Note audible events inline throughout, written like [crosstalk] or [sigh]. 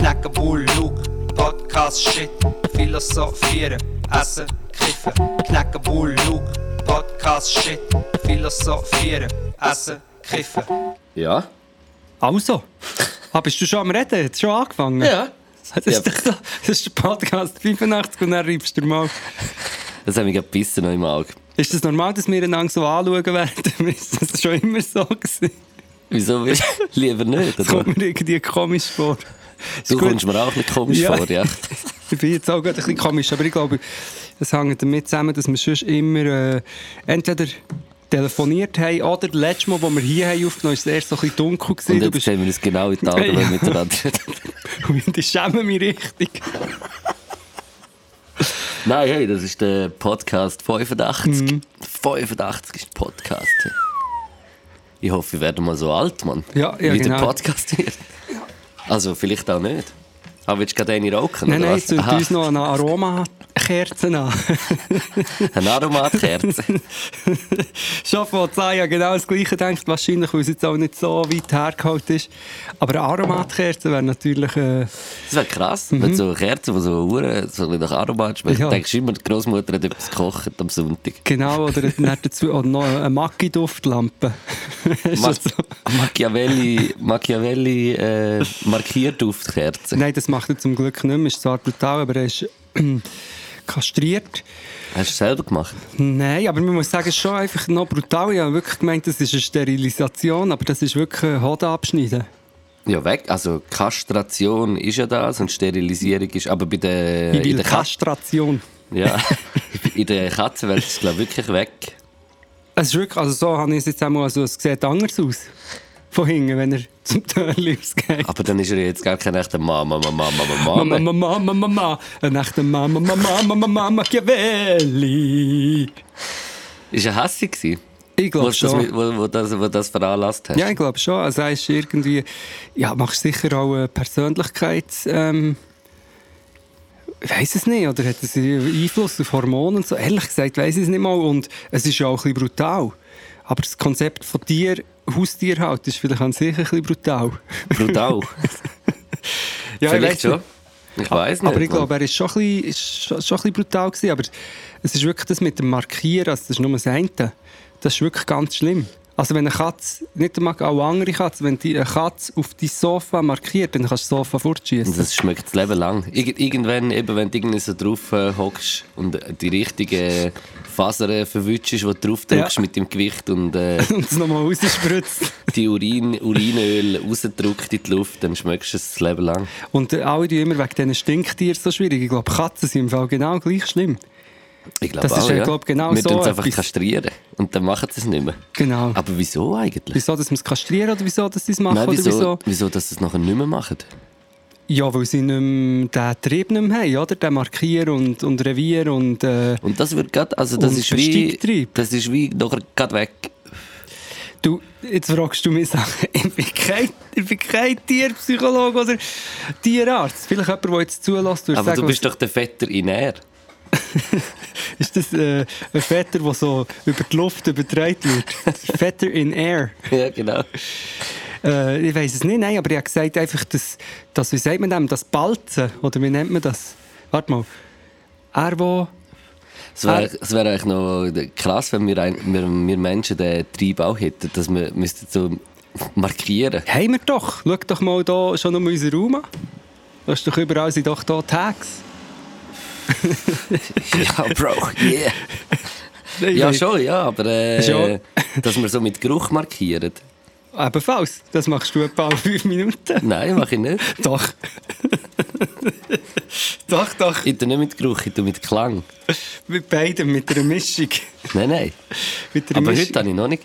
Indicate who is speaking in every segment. Speaker 1: snacken, Bull, Luke, Podcast, Shit, philosophieren, essen, kiffen. Knacken, Bull, Luke, Podcast, Shit, philosophieren, essen, kiffen.
Speaker 2: Ja?
Speaker 3: Also, ah, bist du schon am Reden? Hat schon angefangen?
Speaker 2: Ja.
Speaker 3: Das ist, doch so, das ist der Podcast 85 und dann reibst du dir mal.
Speaker 2: Das hat mich gerade gebissen noch im Auge.
Speaker 3: Ist das normal, dass wir einander so anschauen werden? [laughs] Ist das schon immer so gewesen?
Speaker 2: Wieso willst
Speaker 3: [laughs]
Speaker 2: du lieber nicht?
Speaker 3: Das
Speaker 2: Oder?
Speaker 3: kommt mir irgendwie komisch vor. Ist
Speaker 2: Du
Speaker 3: gut.
Speaker 2: kommst mir auch ein bisschen komisch
Speaker 3: Ja. [laughs]
Speaker 2: vor, ja.
Speaker 3: Ich bin jetzt auch gerade ein bisschen komisch, aber ich glaube, das hängt damit zusammen, dass wir sonst immer äh, entweder telefoniert haben oder das letzte Mal, wo wir hier haben aufgenommen haben, ist es erst so ein bisschen dunkel
Speaker 2: Und
Speaker 3: gewesen. Du
Speaker 2: jetzt
Speaker 3: bist,
Speaker 2: stellen wir uns genau in die Augen,
Speaker 3: [laughs] Ja.
Speaker 2: wenn wir miteinander
Speaker 3: [laughs] die schämen mich richtig.
Speaker 2: Nein, hey, das ist der Podcast 85.
Speaker 3: Mhm.
Speaker 2: 85 ist der Podcast. Ich hoffe, wir werden mal so alt, Mann.
Speaker 3: Ja, ja,
Speaker 2: Wie
Speaker 3: genau.
Speaker 2: der Podcast hier. Also, vielleicht auch nicht. Aber willst du gerade eine rauchen?
Speaker 3: Nein,
Speaker 2: oder
Speaker 3: nein,
Speaker 2: was?
Speaker 3: zünd
Speaker 2: Aha,
Speaker 3: uns noch eine Aromakerze an.
Speaker 2: Eine Aromatkerze.
Speaker 3: Schon von Zaya genau das Gleiche denkt, wahrscheinlich, weil es jetzt auch nicht so weit hergeholt ist. Aber eine Aromatkerze wäre natürlich... Äh,
Speaker 2: Das wäre krass, wenn so Kerzen, die so Uhren, so ein bisschen nach Aromat schmecken,
Speaker 3: Mhm. Ja.
Speaker 2: denkst du immer, die Großmutter hat etwas gekocht am Sonntag.
Speaker 3: genau, oder [laughs] dann dazu oder noch eine Macki-Duftlampe. Ist
Speaker 2: Ma
Speaker 3: [laughs] das so?
Speaker 2: Machiavelli, Machiavelli äh, markiert auf die Kerze.
Speaker 3: Nein, das macht er zum Glück nicht mehr. Ist zwar brutal, aber er ist [clears throat] kastriert.
Speaker 2: Hast du selber gemacht?
Speaker 3: Nein, aber man muss sagen, es ist schon einfach noch brutal. Ich habe wirklich gemeint, das ist eine Sterilisation, aber das ist wirklich ein Hoden abschneiden.
Speaker 2: Ja, weg. Also Kastration ist ja das und Sterilisierung ist, aber bei der,
Speaker 3: Ich will
Speaker 2: der Kat-
Speaker 3: Kastration.
Speaker 2: ja, [laughs] in der Katzenwelt ist es glaube ich wirklich weg.
Speaker 3: Es ist wirklich, also so habe ich es jetzt einmal, also es sieht anders aus. Von hinten, wenn er zum Törli ausgeht.
Speaker 2: Aber dann ist er jetzt gar kein echter Mama, Mama, Mama,
Speaker 3: Mama,
Speaker 2: Mama.
Speaker 3: Mama, Mama, Mama, Ein echter Mama, Mama, Mama, Mama, Machiavelli.
Speaker 2: Ist er hässlich gewesen?
Speaker 3: Ich
Speaker 2: Wo,
Speaker 3: glaube
Speaker 2: ist das,
Speaker 3: schon.
Speaker 2: mit- wo, wo, das, wo das veranlasst hast?
Speaker 3: Ja, ich glaube schon. Also er ist irgendwie, ja, machst sicher auch eine Persönlichkeits... Ähm, ich weiß es nicht, oder hat es einen Einfluss auf Hormone und so? Ehrlich gesagt, weiß ich es nicht mal. Und es ist ja auch ein bisschen brutal. Aber das Konzept von Tier, Haustierhalt, ist vielleicht an sich ein bisschen brutal. [laughs]
Speaker 2: Brutal.
Speaker 3: Ja, ich
Speaker 2: Vielleicht
Speaker 3: weiss
Speaker 2: schon.
Speaker 3: nicht.
Speaker 2: Ich weiß nicht.
Speaker 3: Aber ich
Speaker 2: Mann.
Speaker 3: glaube, er ist schon ein bisschen, ist schon, schon ein bisschen brutal gewesen. Aber es ist wirklich das mit dem Markieren, also das ist nur das eine. Das ist wirklich ganz schlimm. Also wenn eine Katze, nicht einmal auch andere Katze, wenn die eine Katze auf dein Sofa markiert, dann kannst du das Sofa
Speaker 2: Und
Speaker 3: fortschießen.
Speaker 2: Das schmeckt das Leben lang. Irg irgendwann, eben, wenn du irgendwie so drauf äh, hockst und äh, die richtigen Fasern verwutschst, die du drauf drückst
Speaker 3: Ja.
Speaker 2: mit dem Gewicht und äh,
Speaker 3: Und es nochmal rausspritzt.
Speaker 2: die Urin Urinöl rausdrückt in die Luft, dann schmeckst du es das Leben lang.
Speaker 3: Und äh, alle die immer wegen diesen Stinktieren so schwierig. Ich glaube, Katzen sind im Fall genau gleich schlimm.
Speaker 2: Ich glaube
Speaker 3: Das ist
Speaker 2: auch,
Speaker 3: ja,
Speaker 2: ja.
Speaker 3: glaub, genau
Speaker 2: Wir
Speaker 3: so
Speaker 2: tun's einfach
Speaker 3: etwas.
Speaker 2: kastrieren und dann machen sie es nicht mehr.
Speaker 3: Genau.
Speaker 2: Aber wieso eigentlich?
Speaker 3: Wieso, dass wir es kastrieren oder wieso, dass sie es machen
Speaker 2: Nein,
Speaker 3: oder
Speaker 2: wieso,
Speaker 3: wieso?
Speaker 2: wieso? dass sie es nachher nicht mehr machen?
Speaker 3: Ja, weil sie nicht mehr den Trieb nicht mehr haben, oder? Den Markieren und, und Revier und... Äh,
Speaker 2: Und das wird grad, also das
Speaker 3: Und
Speaker 2: ist wie,
Speaker 3: Verstecktrieb.
Speaker 2: das ist wie nachher grad weg.
Speaker 3: Du, jetzt fragst du mich Sachen. [laughs] Ich bin kein, ich bin kein Tierpsychologe oder Tierarzt. Vielleicht jemand, der jetzt zulässt, würde
Speaker 2: Aber
Speaker 3: sagen,
Speaker 2: du bist doch der Vetter in Air. [laughs]
Speaker 3: ist das äh, ein Vetter, der so über die Luft übertragen
Speaker 2: [laughs]
Speaker 3: wird? Vetter in Air.
Speaker 2: Ja, genau.
Speaker 3: Äh, ich weiß es nicht, nein, aber ich habe gesagt, einfach das, das, wie sagt man dem, das Balzen, oder wie nennt man das? Warte mal. Er, wo...
Speaker 2: Es wäre
Speaker 3: Ah.
Speaker 2: es wär eigentlich noch krass, wenn wir, ein, wir, wir Menschen den Trieb auch hätten, dass wir müssten so markieren.
Speaker 3: Haben wir doch. Schau doch mal da schon um unseren Raum an. Da ist doch überall sind doch da Tags.
Speaker 2: ja, Bro, yeah.
Speaker 3: Nein,
Speaker 2: Ja,
Speaker 3: nein.
Speaker 2: schon, ja, aber äh,
Speaker 3: Schon.
Speaker 2: dass wir so mit Geruch markieren.
Speaker 3: Ebenfalls. Das machst du etwa alle fünf Minuten.
Speaker 2: Nein, mache ich nicht.
Speaker 3: Doch. doch, doch.
Speaker 2: Ich tue nicht mit Geruch, ich tue mit Klang.
Speaker 3: Mit beidem, mit einer Mischung.
Speaker 2: Nein, nein.
Speaker 3: Mit einer
Speaker 2: Aber
Speaker 3: Mischung.
Speaker 2: heute habe ich noch nicht.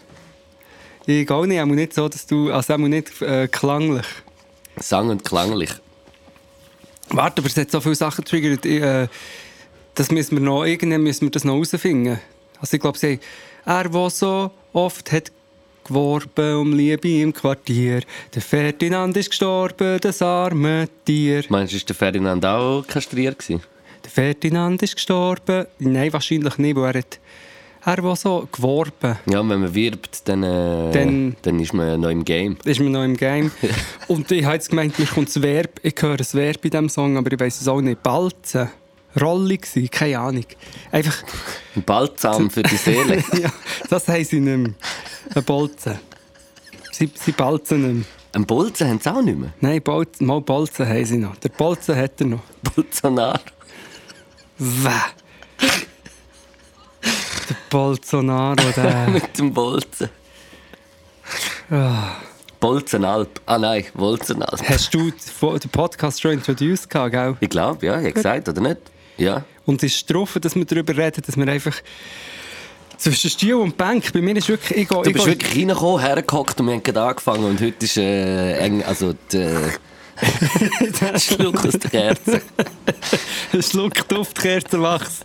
Speaker 3: Ich gehe nicht, einmal nicht so, dass du, also einmal nicht äh, klanglich.
Speaker 2: Sang- und klanglich.
Speaker 3: Warte, aber es hat so viele Sachen getriggert. Ich, äh, das müssen wir noch, irgendwann müssen wir das noch herausfinden. Also ich glaube, sie haben, er, der so oft hat geworben um Liebe im Quartier, der Ferdinand ist gestorben, das arme Tier.
Speaker 2: Meinst du, ist der Ferdinand auch kastriert gewesen?
Speaker 3: Der Ferdinand ist gestorben. Nein, wahrscheinlich nicht, weil er hat, Er, der so geworben
Speaker 2: Ja, und wenn man wirbt, dann, äh,
Speaker 3: Dann-
Speaker 2: dann, ist man noch im Game.
Speaker 3: ist mir noch im Game. Und ich habe jetzt gemeint, mir kommt das Verb, ich höre das Verb bei diesem Song, aber ich weiß es auch nicht. Balzen, Rolli gewesen, keine Ahnung. Einfach, [laughs]
Speaker 2: Ein Balsam für die [laughs] Seele.
Speaker 3: ja, das haben sie nicht mehr. Ein Bolzen. Sie, sie balzen nicht mehr.
Speaker 2: Ein Bolzen haben sie auch nicht mehr.
Speaker 3: Nein, Bolzen, mal Bolzen haben sie noch. Der Bolzen hat er noch.
Speaker 2: Bolsonaro.
Speaker 3: Wäh. Der Bolsonaro,
Speaker 2: [laughs]
Speaker 3: der...
Speaker 2: Mit dem Bolzen. Bolzenalp. Ah nein, Bolzenalp.
Speaker 3: Hast du vo- den Podcast schon introduced, gehabt, gell?
Speaker 2: Ich glaube, ja, ich habe gesagt, oder nicht? Ja.
Speaker 3: Und es ist drauf, dass wir darüber reden, dass wir einfach zwischen Stuhl und Bank, bei mir ist wirklich... Ich gehe,
Speaker 2: Du
Speaker 3: ich
Speaker 2: bist
Speaker 3: gehe-
Speaker 2: wirklich reingekommen, hergehockt und wir haben gerade angefangen und heute ist äh, eng, also der [laughs]
Speaker 3: [laughs]
Speaker 2: Schluck aus der Kerze.
Speaker 3: Ein Schluck Duftkerzenwachs.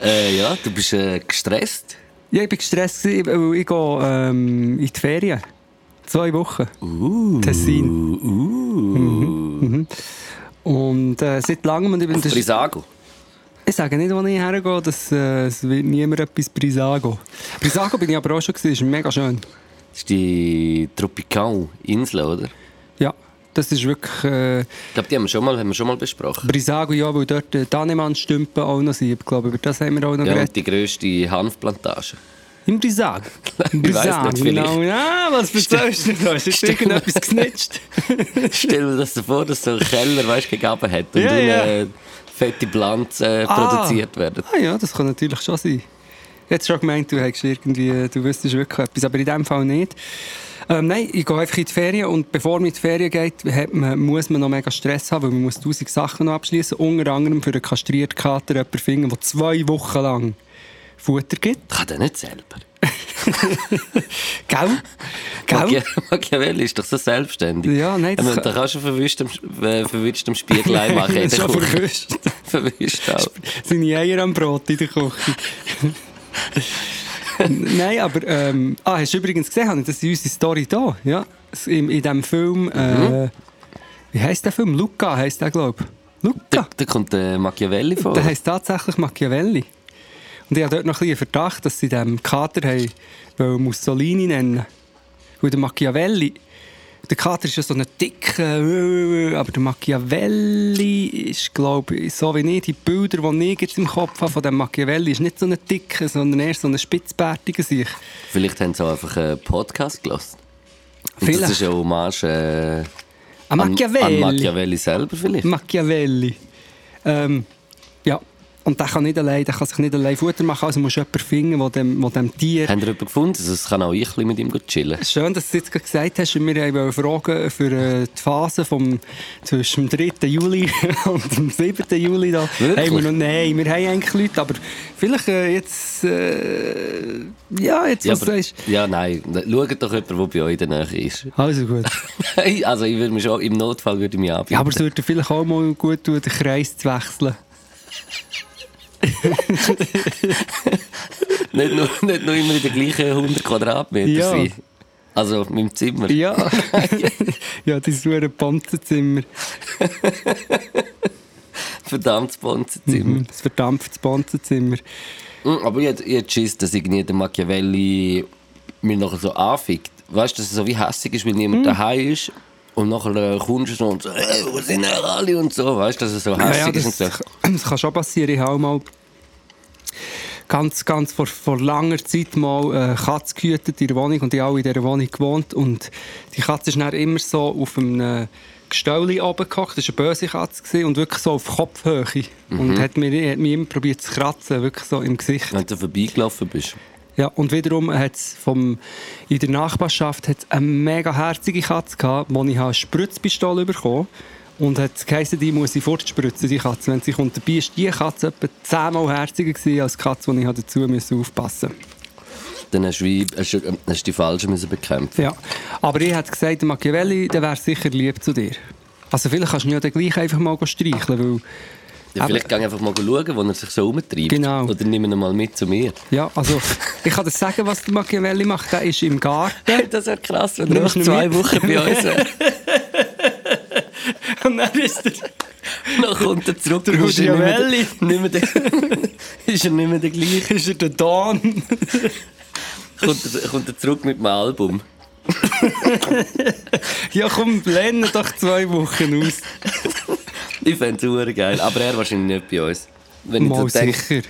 Speaker 2: Äh, ja, du bist äh, gestresst.
Speaker 3: Ja, ich bin gestresst, gewesen, weil ich gehe ähm, in die Ferien. Zwei Wochen. Tessin. Mhm,
Speaker 2: Uh, uh.
Speaker 3: Und äh, seit langem... Und ich, bin, das, ist-
Speaker 2: Frisago.
Speaker 3: ich sage nicht, wo ich hergehe, dass, äh, es wird niemand etwas Brisago. Brisago bin ich aber auch schon, gewesen, ist mega schön.
Speaker 2: Das ist die Tropical-Insel, oder? Ich
Speaker 3: Ja, das ist wirklich... Äh,
Speaker 2: glaube, die haben wir schon mal, haben wir schon mal besprochen.
Speaker 3: Brisago, ja, weil dort äh, Danemann-Stümpen auch noch sind. Ich glaube, über das haben wir auch noch
Speaker 2: Ja,
Speaker 3: geredet.
Speaker 2: und die grösste Hanfplantage.
Speaker 3: Im
Speaker 2: [laughs]
Speaker 3: Brisago. Im
Speaker 2: Ich weiss
Speaker 3: Brisago,
Speaker 2: nicht, vielleicht.
Speaker 3: genau. Ja, was erzählst du
Speaker 2: [laughs]
Speaker 3: da? Hast du jetzt irgendetwas genitscht?
Speaker 2: Stell dir das so vor, dass so ein Keller, weißt du, gegen oben hat und
Speaker 3: Ja,
Speaker 2: dann
Speaker 3: ja.
Speaker 2: äh, fette Bilanz äh,
Speaker 3: Ah.
Speaker 2: produziert werden.
Speaker 3: Ah ja, das kann natürlich schon sein. Jetzt schon gemeint, du hättest irgendwie, äh, du wüsstest wirklich etwas, aber in dem Fall nicht. Ähm, nein, ich gehe einfach in die Ferien und bevor man in die Ferien geht, hat man, muss man noch mega Stress haben, weil man muss tausend Sachen noch abschließen. Unter anderem für einen kastrierten Kater jemanden finden, der zwei Wochen lang Futter gibt.
Speaker 2: Kann der nicht selber.
Speaker 3: Gell? Gell?
Speaker 2: Machi- Machiavelli [laughs] ist doch so selbstständig.
Speaker 3: Ja, nein, das
Speaker 2: das
Speaker 3: kann-
Speaker 2: kann... Da kannst du verwischt am, äh, verwischt am Spiegelei
Speaker 3: [laughs]
Speaker 2: machen. in
Speaker 3: Ist
Speaker 2: der
Speaker 3: schon
Speaker 2: Küche.
Speaker 3: verwischt.
Speaker 2: [laughs]
Speaker 3: [laughs]
Speaker 2: verwischt auch.
Speaker 3: Seine Eier am Brot in der [laughs] Küche. Nein, aber... Ähm, ah, hast du übrigens gesehen, Hanni, das ist unsere Story hier. Ja, Es- in, in diesem Film... Äh, Wie heisst der Film? Luca heisst der, glaube ich.
Speaker 2: Da,
Speaker 3: Luca.
Speaker 2: da kommt der Machiavelli vor.
Speaker 3: Ah. Der heisst tatsächlich Machiavelli. Und ich habe dort noch ein bisschen Verdacht, dass sie dem Kater haben, wollen Mussolini nennen Weil der Machiavelli... Der Kater ist ja so ein dicker, äh, aber der Machiavelli ist, glaube ich, so wie ich, die Bilder, die ich jetzt im Kopf habe von dem Machiavelli, ist nicht so ein dicker, sondern eher so ein spitzbärtiger sich.
Speaker 2: Vielleicht haben sie auch einfach einen Podcast gelassen. Und
Speaker 3: Vielleicht.
Speaker 2: das ist eine Hommage äh,
Speaker 3: Ein
Speaker 2: an,
Speaker 3: Machiavelli.
Speaker 2: an Machiavelli selber vielleicht.
Speaker 3: Machiavelli. Ähm, ja. Und der kann nicht allein, der kann sich nicht allein Futter machen, also musst du jemanden finden, der dem, der dem Tier...
Speaker 2: haben sie jemanden gefunden? Also, es kann auch ich ein bisschen mit ihm gut chillen.
Speaker 3: Schön, dass du es jetzt gerade gesagt hast. Wir haben Fragen für äh, die Phase vom, zwischen dem 3. Juli [laughs] und dem 7. Juli. Da
Speaker 2: Wirklich?
Speaker 3: Haben wir noch, nein, wir haben eigentlich Leute, aber vielleicht äh, jetzt... Äh, ja, jetzt
Speaker 2: Ja,
Speaker 3: was
Speaker 2: aber-
Speaker 3: sagst
Speaker 2: ja, nein. Schaut doch jemanden, der bei euch in der Nähe ist.
Speaker 3: du? Also gut.
Speaker 2: [laughs] also ich würde mich schon, im Notfall würde ich mich anbieten.
Speaker 3: Ja, aber es würde vielleicht auch mal gut tun, den Kreis zu wechseln.
Speaker 2: [laughs] nicht, nur, nicht nur immer in den gleichen 100 Quadratmeter
Speaker 3: Ja.
Speaker 2: sein. Also mit dem Zimmer. [laughs]
Speaker 3: Ja. [laughs] ja, dein saure Panzerzimmer.
Speaker 2: Verdammtes Bonzenzimmer.
Speaker 3: Das verdampftes Panzerzimmer.
Speaker 2: Mhm, Aber jetzt, jetzt Schiss, dass irgendwie der Machiavelli mich nachher so anfickt. Weißt du, dass er so wie hässig ist, weil
Speaker 3: Mhm.
Speaker 2: niemand daheim ist. Und nachher äh, kommst du noch und so, hey, wo sind denn alle und so. Weißt du, dass er so hässig
Speaker 3: Ja, ja,
Speaker 2: ist
Speaker 3: das,
Speaker 2: und so.
Speaker 3: [clears throat] das kann schon passieren. Ich habe auch mal ganz, ganz vor, vor langer Zeit mal äh, Katze gehütet in der Wohnung und ich habe auch in dieser Wohnung gewohnt und die Katze ist dann immer so auf einem Gestell oben gehockt. Das war eine böse Katze gewesen und wirklich so auf Kopfhöhe und hat mich, hat mich immer probiert zu kratzen, wirklich so im Gesicht.
Speaker 2: Wenn du vorbeigelaufen bist.
Speaker 3: Ja, und wiederum hat es vom- in der Nachbarschaft hat's eine mega herzige Katze gehabt, wo ich habe eine Spritzpistole bekommen und hat geheißen, die muss ich fortspritzen, die Katze. Wenn sie kommt, dabei ist die Katze etwa zehnmal herziger gewesen als die Katze, die ich dazu müssen aufpassen musste.
Speaker 2: Dann hast du, wie, hast, du- ähm, hast du die Falschen müssen bekämpfen.
Speaker 3: Ja. Aber ich hätte gesagt, der Machiavelli, der wäre sicher lieb zu dir. Also vielleicht kannst du ihn ja dann gleich einfach mal streicheln, weil...
Speaker 2: Ja, vielleicht geh ich einfach mal schauen, wo er sich so umtreibt.
Speaker 3: Genau.
Speaker 2: Oder nimm ihn mal mit zu mir.
Speaker 3: Ja, also ich kann dir sagen, was der Machiavelli macht. Der ist im Garten.
Speaker 2: Das wäre krass, wenn er
Speaker 3: Nimmst
Speaker 2: nach
Speaker 3: du
Speaker 2: zwei
Speaker 3: mit?
Speaker 2: Wochen bei uns wäre.
Speaker 3: Und dann ist er,
Speaker 2: Dann kommt er zurück.
Speaker 3: Der
Speaker 2: ist er
Speaker 3: Hudiavelli.
Speaker 2: nicht mehr der- nicht mehr der- [laughs] Ist er nicht mehr der gleiche.
Speaker 3: Ist er der Don?
Speaker 2: Kommt er, kommt er zurück mit dem Album.
Speaker 3: Ja, komm, lerne doch zwei Wochen aus.
Speaker 2: Ich fände es verdammt geil. Aber er wahrscheinlich nicht bei uns. Wenn ich
Speaker 3: Mal
Speaker 2: so denke, [laughs]
Speaker 3: sicher.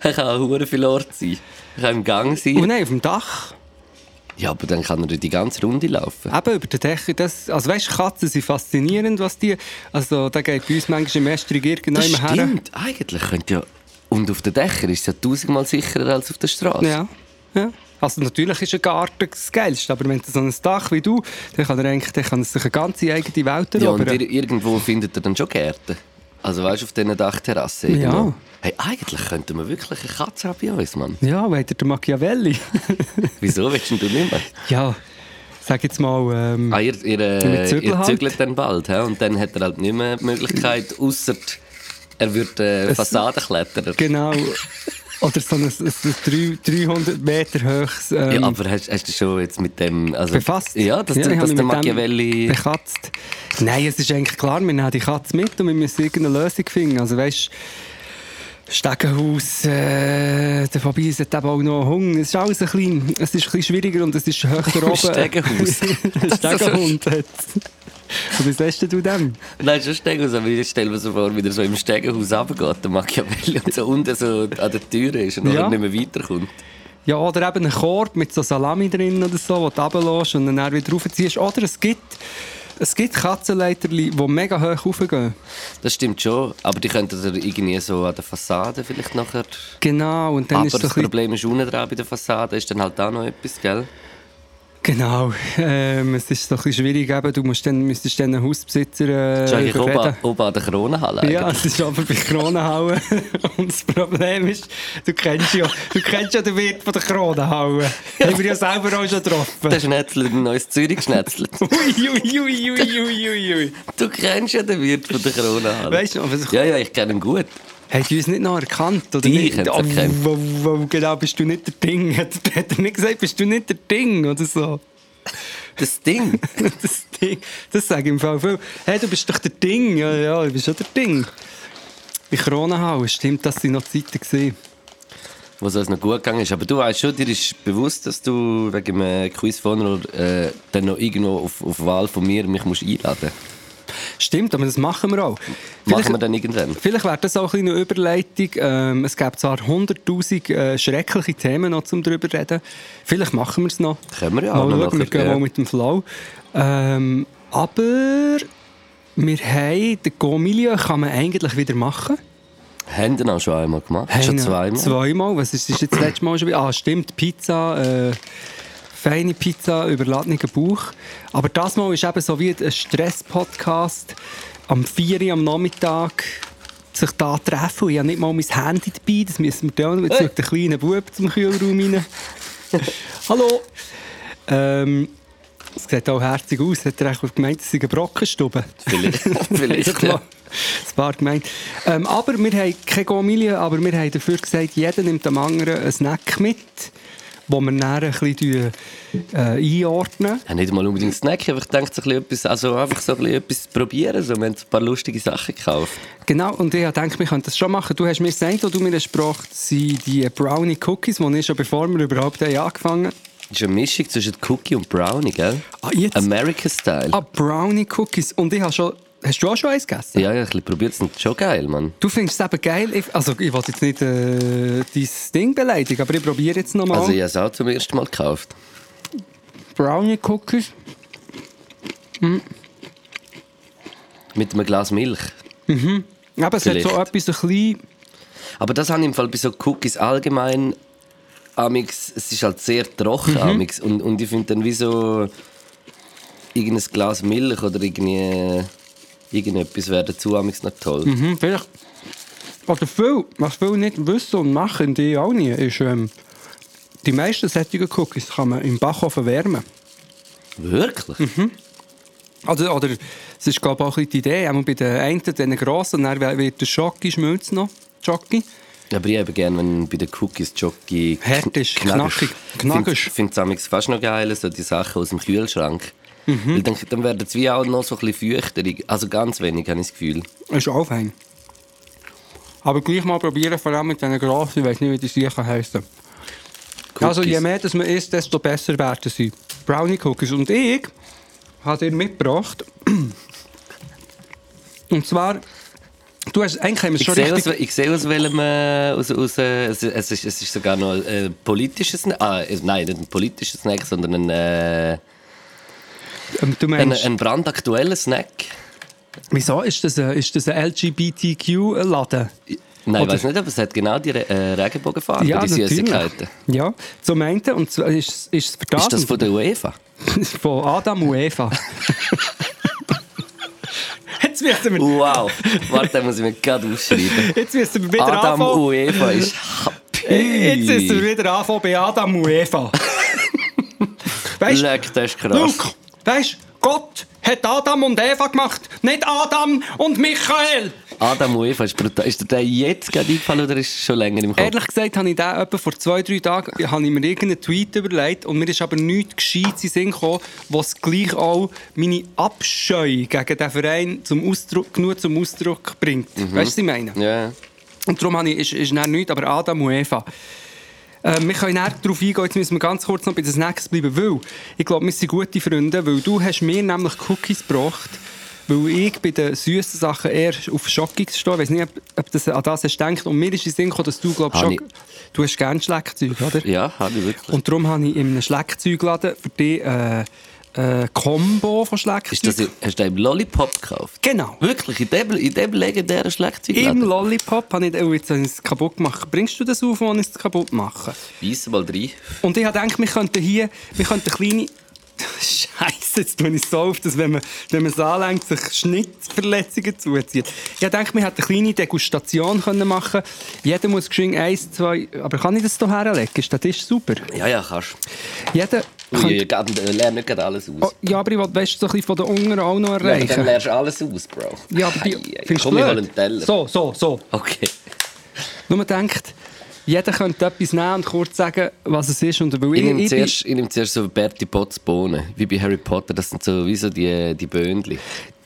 Speaker 2: er kann auch verdammt viel Ort sein. Er kann im Gang sein.
Speaker 3: Und nein, auf dem Dach.
Speaker 2: Ja, aber dann kann er durch die ganze Runde laufen.
Speaker 3: Eben über den Dächer. Das, also weißt du, Katzen sind faszinierend, was die... Also da geht bei uns manchmal im Estrig irgendwann
Speaker 2: Das
Speaker 3: her.
Speaker 2: stimmt. Eigentlich könnte ja... Und auf den Dächern ist es ja tausendmal sicherer als auf der Straße.
Speaker 3: Ja. ja. Also natürlich ist ein Garten das Geilste, aber wenn du so ein Dach wie du, dann kann er eigentlich dann kann er sich eine ganze eigene Welt
Speaker 2: Ja, und
Speaker 3: erobern.
Speaker 2: ir irgendwo findet ihr dann schon Gärten. Also weißt du, auf diesen Dachterrassen.
Speaker 3: Ja.
Speaker 2: irgendwo. Hey, eigentlich könnten wir wirklich eine Katze haben bei uns, Mann.
Speaker 3: ja, weil der Machiavelli.
Speaker 2: Wieso willst denn du nicht
Speaker 3: [laughs]
Speaker 2: mehr?
Speaker 3: ja, sag jetzt mal... Ähm,
Speaker 2: Ah, ihr, ihr,
Speaker 3: Wir
Speaker 2: äh,
Speaker 3: zügeln
Speaker 2: ihr
Speaker 3: halt.
Speaker 2: zügelt dann bald, hä? und dann hat er halt nicht mehr die Möglichkeit, außer er würde äh, Fassadenkletterer.
Speaker 3: Genau. Oder so ein, ein, ein drei- 300 Meter hohes... Ähm,
Speaker 2: Ja, aber hast, hast du schon jetzt mit dem... Also,
Speaker 3: befasst.
Speaker 2: Ja, dass,
Speaker 3: ich
Speaker 2: dass, der
Speaker 3: habe mich mit dem
Speaker 2: Machiavelli...
Speaker 3: Bekatzt. Nein, es ist eigentlich klar, wir nehmen die Katze mit und wir müssen irgendeine Lösung finden. Also weißt Stegenhaus, äh, der Fabius hat eben auch noch Hunger. Es ist alles ein bisschen, es ist ein bisschen schwieriger und es
Speaker 2: [laughs]
Speaker 3: ist höher oben.
Speaker 2: Stegenhaus.
Speaker 3: [laughs] Stegenhund. hat's. Und was sagst du dem?
Speaker 2: [laughs] Nein, schon Stegenhaus, aber ich stelle mir so vor, wie er so im Stegenhaus runtergeht, der Machiavelli, und so unten so an der Tür ist und
Speaker 3: Ja.
Speaker 2: dann nicht mehr weiterkommt.
Speaker 3: Ja, oder eben einen Korb mit so Salami drin oder so, wo du runterlässt und dann wieder raufziehst. Oder es gibt, es gibt Katzenleiterli, die mega hoch raufgehen.
Speaker 2: Das stimmt schon, aber die könnten dann irgendwie so an der Fassade vielleicht nachher...
Speaker 3: Genau, und dann
Speaker 2: aber
Speaker 3: ist es so
Speaker 2: das
Speaker 3: ein bisschen-
Speaker 2: Problem ist unten dran bei der Fassade, ist dann halt auch noch etwas, gell?
Speaker 3: Genau, ähm, es ist doch ein bisschen schwierig, eben. du musst dann, müsstest dann einen Hausbesitzer äh,
Speaker 2: Das ist eigentlich oben,
Speaker 3: überreden.
Speaker 2: an- oben an der Kronenhalle
Speaker 3: Ja, es ist aber bei Kronenhauen [laughs] und das Problem ist, du kennst ja, du kennst ja den Wirt von der Kronenhauen. Den haben wir ja selber auch schon
Speaker 2: [laughs] Der [laughs]
Speaker 3: getroffen.
Speaker 2: Schnetzler, der neues Zürich Schnetzler.
Speaker 3: Ui, ui, ui, ui, ui, ui, ui.
Speaker 2: [laughs] Du kennst ja den Wirt von der Corona.
Speaker 3: Weißt du, aber es-
Speaker 2: Ja, ja, ich kenne ihn gut.
Speaker 3: Hast du uns nicht noch erkannt? Oder
Speaker 2: Dich
Speaker 3: nicht?
Speaker 2: hat's erkannt.
Speaker 3: Oh, oh, oh, genau, bist du nicht der Ding? [laughs] Hat, hat er nicht gesagt, bist du nicht der Ding oder so?
Speaker 2: Das
Speaker 3: [laughs]
Speaker 2: Ding.
Speaker 3: Das Ding, das sage ich im Fall viel. Hey, du bist doch der Ding. Ja, ja, du bist schon der Ding. Bei Kronenhauen, stimmt, das waren noch Zeiten. Gewesen.
Speaker 2: Was uns noch gut gegangen ist. Aber du weißt schon, dir ist bewusst, dass du wegen dem Quiz von oder, äh, dann noch irgendwo auf, auf Wahl von mir mich musst einladen
Speaker 3: Stimmt, aber das machen wir auch.
Speaker 2: musst.
Speaker 3: Vielleicht,
Speaker 2: Machen wir dann irgendwann.
Speaker 3: vielleicht wäre das auch ein bisschen eine Überleitung. Ähm, es gäbe zwar 100'000 äh, schreckliche Themen noch, um darüber zu reden. Vielleicht machen wir es noch.
Speaker 2: Können wir ja auch
Speaker 3: Mal
Speaker 2: noch
Speaker 3: schauen, wir
Speaker 2: nachher,
Speaker 3: gehen
Speaker 2: ja.
Speaker 3: mal mit dem Flow. Ähm, aber wir haben den Go-Milieu kann man eigentlich wieder machen.
Speaker 2: Haben den auch schon einmal gemacht? schon
Speaker 3: Eine-
Speaker 2: zweimal?
Speaker 3: Zweimal. Was ist, ist jetzt das letzte Mal schon? wieder? Ah, stimmt, Pizza. Äh, feine Pizza, überladener Bauch. Aber das Mal ist eben so wie ein Stress-Podcast. Am 4 Uhr am Nachmittag sich da treffen. Ich habe nicht mal mein Handy dabei. Das müssen wir tun. Jetzt schaut der kleine Bub zum Kühlraum rein. Hallo! Ähm, es sieht auch herzig aus. Hat er eigentlich gemeint, es sei eine Brockenstube?
Speaker 2: Vielleicht.
Speaker 3: [laughs]
Speaker 2: Vielleicht.
Speaker 3: Vielleicht, ja.
Speaker 2: ja.
Speaker 3: Das paar gemeint. Ähm, aber wir haben keine Gomilie, aber wir haben dafür gesagt, jeder nimmt dem anderen einen Snack mit, wo wir nachher ein bisschen äh, einordnen.
Speaker 2: Ja, nicht mal unbedingt Snack, aber ich denke, so ein bisschen etwas, also einfach so ein bisschen etwas probieren. So, wir haben so ein paar lustige Sachen gekauft.
Speaker 3: Genau, und ich denke, wir können das schon machen. Du hast mir gesagt, wo du mir gesprochen hast, sind die Brownie Cookies, die ich schon bevor wir überhaupt haben angefangen haben.
Speaker 2: Das ist eine Mischung zwischen Cookie und Brownie, gell?
Speaker 3: Ah, jetzt-
Speaker 2: Ähm. America-Style.
Speaker 3: Ah, Brownie Cookies. Und ich habe schon. Hast du auch schon eins gegessen?
Speaker 2: Ja, ja, ich probiere es schon geil, Mann.
Speaker 3: Du findest es eben geil. Ich, also, ich will jetzt nicht äh, dein Ding beleidigen, aber ich probiere jetzt nochmal.
Speaker 2: Also ich habe es auch zum ersten Mal gekauft.
Speaker 3: Brownie Cookies.
Speaker 2: Mit einem Glas Milch.
Speaker 3: Eben, es hat so etwas ein bisschen.
Speaker 2: Aber das habe ich im Fall bei so Cookies allgemein amix, es ist halt sehr trocken
Speaker 3: Mhm.
Speaker 2: amix und, und ich finde dann wie so irgendein Glas Milch oder irgendwie irgendetwas wäre dazu amix noch toll.
Speaker 3: Mhm, vielleicht. Also viel, was viele nicht wissen und machen, die auch nie, ist, ähm, die meisten solcher Cookies kann man im Backofen wärmen.
Speaker 2: Wirklich?
Speaker 3: Also, oder es ist, glaube ich, auch ein bisschen die Idee, einmal bei den einen, den grossen, dann wird der Schocki schmilzt noch. Schocki.
Speaker 2: Aber ich habe gerne, wenn bei den Cookies Jockey
Speaker 3: Hart ist, knackig,
Speaker 2: Ich
Speaker 3: knackig.
Speaker 2: finde es fast noch geil, so die Sachen aus dem Kühlschrank.
Speaker 3: Mhm.
Speaker 2: Weil dann, dann werden die wie auch noch so ein bisschen fürchterig. Also ganz wenig, habe ich das Gefühl.
Speaker 3: Ist aufhängig. Aber gleich mal probieren, vor allem mit diesen Grafen, ich weiß nicht, wie die sicher heißen. Also je
Speaker 2: Cookies.
Speaker 3: mehr das man isst, desto besser werden sie. Brownie Cookies. Und ich habe dir mitgebracht. [clears throat] Und zwar, du hast eigentlich haben wir es
Speaker 2: Ich
Speaker 3: schon
Speaker 2: sehe, aus,
Speaker 3: richtig.
Speaker 2: ich sehe aus welchem, äh, aus, aus, äh, es, es, ist, es ist sogar noch ein äh, politisches, Snack- ah, es- nein, nicht ein politisches Snack, sondern ein, äh,
Speaker 3: Ähm, Du
Speaker 2: ein,
Speaker 3: meinst,
Speaker 2: ein brandaktueller Snack.
Speaker 3: wieso ist das, ein- ist das ein LGBTQ-Laden?
Speaker 2: Nein, ich
Speaker 3: Oder-
Speaker 2: weiß nicht, aber es hat genau die Re äh, Regenbogenfarbe, die Süßigkeiten.
Speaker 3: Ja, zum einen und zwar ist, es- ist es vergeben.
Speaker 2: Ist das von der UEFA?
Speaker 3: [laughs] von Adam und Eva. [laughs] Jetzt müssen wir,
Speaker 2: Wow, warte, muss ich mir gerade aufschreiben.
Speaker 3: jetzt müssen wir wieder
Speaker 2: Adam
Speaker 3: anfangen.
Speaker 2: und Eva ist happy.
Speaker 3: Jetzt ist er wieder anfangen bei Adam und Eva. weißt du,
Speaker 2: Leck, das ist krass.
Speaker 3: Luke, weißt Gott hat Adam und Eva gemacht, nicht Adam und Michael.
Speaker 2: Adam und Eva ist brutal. Ist dir der jetzt gerade eingefallen oder ist es schon länger im Kopf?
Speaker 3: Ehrlich gesagt habe ich den etwa vor zwei, drei Tagen habe ich mir irgendeinen Tweet überlegt und mir ist aber nichts Gescheites in den Sinn gekommen, was gleich auch meine Abscheu gegen den Verein zum Ausdruck, genug zum Ausdruck bringt. Weißt du, was ich meine?
Speaker 2: Ja.
Speaker 3: Und darum habe ich, ist, ist dann nichts, aber Adam und Eva. Äh, wir können näher darauf eingehen, jetzt müssen wir ganz kurz noch bei den Snacks bleiben, weil ich glaube, wir sind gute Freunde, weil du hast mir nämlich Cookies gebracht, weil ich bei den süßen Sachen eher auf Schockis stehe. Ich weiß nicht, ob, ob das an das hast gedacht. Und mir ist in den Sinn gekommen, dass du, glaube
Speaker 2: Habe
Speaker 3: Schock... Du hast gerne Schleckzeug, oder?
Speaker 2: Ja, habe ich wirklich.
Speaker 3: Und darum habe ich in einem Schleckzeugladen für dich äh, äh, Combo von Schleckzeug.
Speaker 2: Ist das, hast du einen Lollipop gekauft?
Speaker 3: Genau.
Speaker 2: Wirklich, in dem, in dem legendären Schlechtzeugladen?
Speaker 3: Im Lollipop habe ich... Oh, jetzt habe ich es kaputt gemacht. Bringst du das auf, wenn ich es kaputt mache?
Speaker 2: Beiss mal rein.
Speaker 3: Und ich habe gedacht, wir könnten hier, wir könnten kleine... [laughs] Scheiße, jetzt tue ich so auf, dass wenn man, wenn man es anlenkt, sich Schnittverletzungen zuzieht. Ich habe gedacht, wir hätten eine kleine Degustation können machen Jeder muss geschwind eins, zwei... Aber kann ich das hier herlegen? Ist der Tisch super?
Speaker 2: Ja, ja, kannst.
Speaker 3: Jeder
Speaker 2: Ui,
Speaker 3: könnte...
Speaker 2: ihr geht- äh, lern nicht gerade alles aus.
Speaker 3: Oh, ja, aber ich will weißt, so ein bisschen von der Unter auch noch
Speaker 2: ja, aber dann
Speaker 3: erreichen.
Speaker 2: lernst du alles aus, Bro.
Speaker 3: Ja, aber die...
Speaker 2: Ei, ei,
Speaker 3: findest du
Speaker 2: Komm, ich hol
Speaker 3: blöd?
Speaker 2: einen Teller.
Speaker 3: So, so, so.
Speaker 2: Okay.
Speaker 3: Nur man denkt, jeder könnte etwas nehmen und kurz sagen, was es ist. Und weil
Speaker 2: Ich nehme
Speaker 3: bin-
Speaker 2: zuerst, ich nehm zuerst so Bertie Potts Bohnen, wie bei Harry Potter. Das sind so wie so die, die Böhnchen.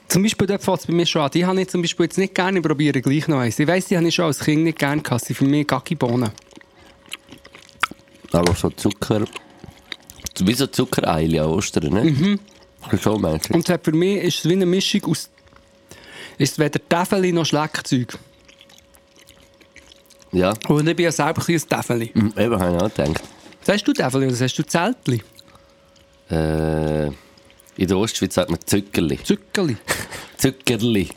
Speaker 3: Zum Beispiel dort fängt es bei mir schon an. Die habe ich zum Beispiel jetzt nicht gerne, ich probiere gleich noch eins. Ich weiss, die habe ich schon als Kind nicht gerne gehabt. Sie sind für mich Gackibohnen.
Speaker 2: Aber so Zucker... Wie so Zuckereile an Ostern, ne? Mhm. So meinst du?
Speaker 3: Und es hat für mich ist es wie eine Mischung aus... Ist weder Tafeli noch Schleckzeug.
Speaker 2: Ja,
Speaker 3: Und ich bin ja selber ein bisschen ein Tafeli.
Speaker 2: Mhm, eben habe ich auch gedacht.
Speaker 3: Sagst du Tafeli oder sagst du Zeltli?
Speaker 2: Äh, in der Ostschweiz sagt man Zückerli.
Speaker 3: [laughs] Zückeli.
Speaker 2: Zückerli.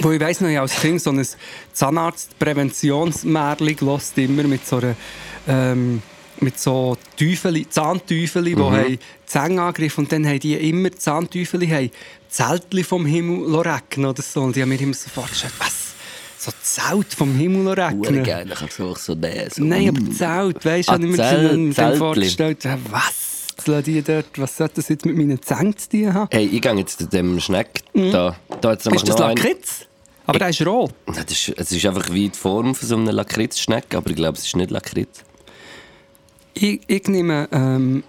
Speaker 3: Wo ich weiss noch, ich als Kind so ein Zahnarztpräventionsmärchen gelost immer mit so einer, ähm, mit so Teufeli, Zahnteufeli, die
Speaker 2: Mhm.
Speaker 3: haben die Zähne angegriffen und dann haben die immer, die Zahnteufeli haben Zeltli vom Himmel regnen oder so und die haben mir immer so vorgestellt, was? So Zelt vom Himmel
Speaker 2: Hure
Speaker 3: regnen?
Speaker 2: geil, ich kann so so nehmen. So.
Speaker 3: Nein, aber Zelt, weißt du,
Speaker 2: Ah,
Speaker 3: habe ich mir
Speaker 2: Zelt-
Speaker 3: dann- dann
Speaker 2: Zeltli.
Speaker 3: vorgestellt, ja, was? Jetzt lassen die dort, was soll das jetzt mit meinen Zähnen zu tun haben?
Speaker 2: Hey, ich gehe jetzt zu dem Schneck. Da, da jetzt
Speaker 3: Mhm. Ist das
Speaker 2: noch einen-
Speaker 3: Lakritz? Aber der ist rot.
Speaker 2: Nein, das ist, es ist einfach wie die Form von so einem Lakritz-Schneck, aber ich glaube, es ist nicht Lakritz.
Speaker 3: Ich, ich nehme ähm,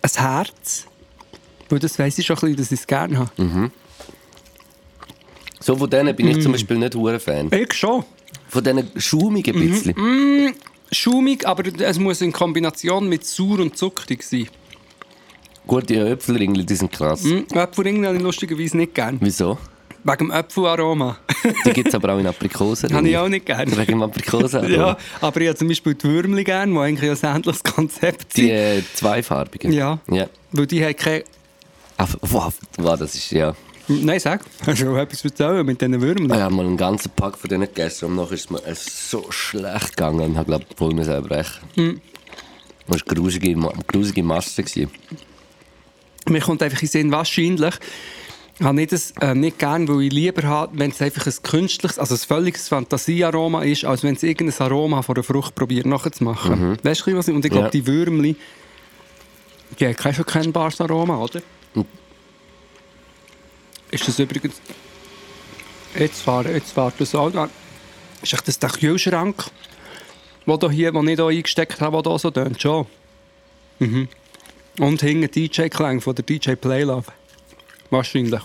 Speaker 3: ein Herz, weil das weiss ich schon ein bisschen, dass ich es gerne habe.
Speaker 2: Mhm. So von denen
Speaker 3: Mhm.
Speaker 2: bin ich zum Beispiel nicht hure Fan.
Speaker 3: Ich schon.
Speaker 2: Von diesen schaumigen
Speaker 3: Mhm.
Speaker 2: ein bisschen.
Speaker 3: Schaumig, aber es muss in Kombination mit sauer und zuckrig sein.
Speaker 2: Gut, die Äpfelringel, die sind krass.
Speaker 3: Hm, Äpfelringen habe ich lustigerweise nicht gerne.
Speaker 2: Wieso?
Speaker 3: Wegen
Speaker 2: [laughs]
Speaker 3: dem Äpfelaroma. [laughs]
Speaker 2: Die gibt es aber auch in Aprikosen.
Speaker 3: habe ich auch nicht gerne.
Speaker 2: Wegen dem Aprikosen.
Speaker 3: [laughs] Ja, aber ich habe zum Beispiel die Würmli gerne, die eigentlich ein sämtliches Konzept
Speaker 2: Die
Speaker 3: sind.
Speaker 2: äh, zweifarbigen.
Speaker 3: Ja.
Speaker 2: ja.
Speaker 3: Weil die haben keine...
Speaker 2: Ah, wow, wow, das ist ja...
Speaker 3: Nein, sag. Hast du auch etwas zu erzählen mit diesen Würmli?
Speaker 2: Ich habe mal einen ganzen Pack von denen gegessen und nachher ist es mir äh, so schlecht gegangen und habe, glaube ich, wohl müssen brechen. Mhm.
Speaker 3: Hm.
Speaker 2: Das war eine grusige, Ma- grusige Masse. gewesen.
Speaker 3: Mir kommt einfach in den Sinn, wahrscheinlich habe ich das äh, nicht gern, weil ich lieber habe, wenn es einfach ein künstliches, also ein völliges Fantasiearoma ist, als wenn es irgendein Aroma von einer Frucht probiert nachzumachen. Weißt du, was ich Und ich glaube,
Speaker 2: Ja.
Speaker 3: die Würmli, die haben kein verkennbares Aroma, oder? Ist das übrigens... Jetzt fahren, jetzt fahren das auch an. Ah, Ist echt das der Kühlschrank, wo da hier, wo ich hier eingesteckt habe, wo da so tönt? Schon. Und hinten DJ-Klang von der DJ Playlove. Wahrscheinlich.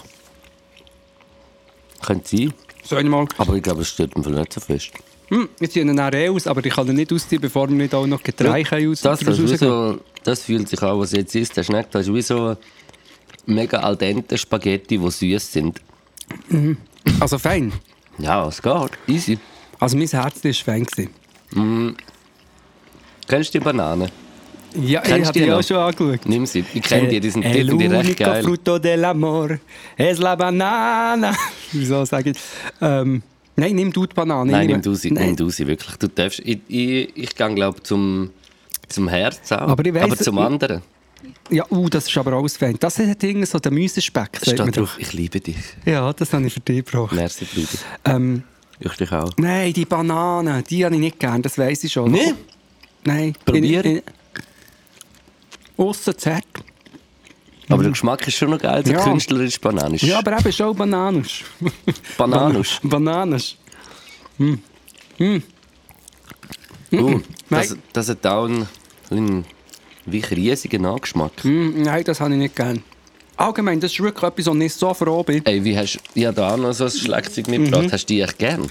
Speaker 2: Könnte sein.
Speaker 3: Soll ich mal...
Speaker 2: Aber ich glaube, es steht im Fall nicht so fest.
Speaker 3: Hm, jetzt ziehen ihn auch aus, aber ich kann ihn nicht ausziehen, bevor wir nicht auch noch Getreide können aus
Speaker 2: Das, das, ist wie
Speaker 3: rausgeben.
Speaker 2: so, das fühlt sich auch, was jetzt ist. Der Schneck, das ist wie so mega al dente Spaghetti, die süß sind.
Speaker 3: Also fein.
Speaker 2: Ja, es geht. Easy.
Speaker 3: Also mein Herz war fein. Gewesen.
Speaker 2: Kennst du die Banane?
Speaker 3: Ja, ich
Speaker 2: Kennst du
Speaker 3: habe
Speaker 2: die
Speaker 3: die auch
Speaker 2: noch?
Speaker 3: schon angeschaut.
Speaker 2: Nimm sie. Ich
Speaker 3: Äh,
Speaker 2: kenne die, die sind die
Speaker 3: El
Speaker 2: finde ich recht
Speaker 3: único
Speaker 2: geil.
Speaker 3: fruto del amor es la banana. [laughs] Wieso sage ich? Ähm, nein, nimm du die Banane.
Speaker 2: Nein,
Speaker 3: ich
Speaker 2: nimm du sie,
Speaker 3: Nein.
Speaker 2: nimm du sie, wirklich. Du darfst. Ich, ich, ich gehe, glaube zum, zum Herz auch.
Speaker 3: Aber ich weiss-
Speaker 2: aber zum anderen.
Speaker 3: Ja, uh, das ist aber alles fein. Das hat irgendwie so den Mäusenspeck. sagt
Speaker 2: Steht
Speaker 3: man
Speaker 2: drauf, ich liebe dich.
Speaker 3: doch. Ja, das habe ich für dich gebraucht.
Speaker 2: Merci, Bruder.
Speaker 3: Ähm,
Speaker 2: Ich dich auch.
Speaker 3: nein, die Banane, die habe ich nicht gern, das weiß ich schon.
Speaker 2: Nee?
Speaker 3: Nein.
Speaker 2: Probier.
Speaker 3: Aussen zart.
Speaker 2: Aber der Geschmack ist schon noch geil. So
Speaker 3: Ja.
Speaker 2: künstlerisch bananisch.
Speaker 3: Ja, aber eben ist auch [laughs] bananisch.
Speaker 2: bananisch.
Speaker 3: bananisch.
Speaker 2: Uh, das,
Speaker 3: Nein.
Speaker 2: das hat auch einen, einen wie riesigen Nachgeschmack.
Speaker 3: Hm, nein, das habe ich nicht gern. Allgemein, das ist wirklich etwas, wo ich so froh bin.
Speaker 2: Ey, wie hast du ja, da auch noch so ein Schlagzeug mitgebracht?
Speaker 3: Mhm.
Speaker 2: Hast du die echt gern?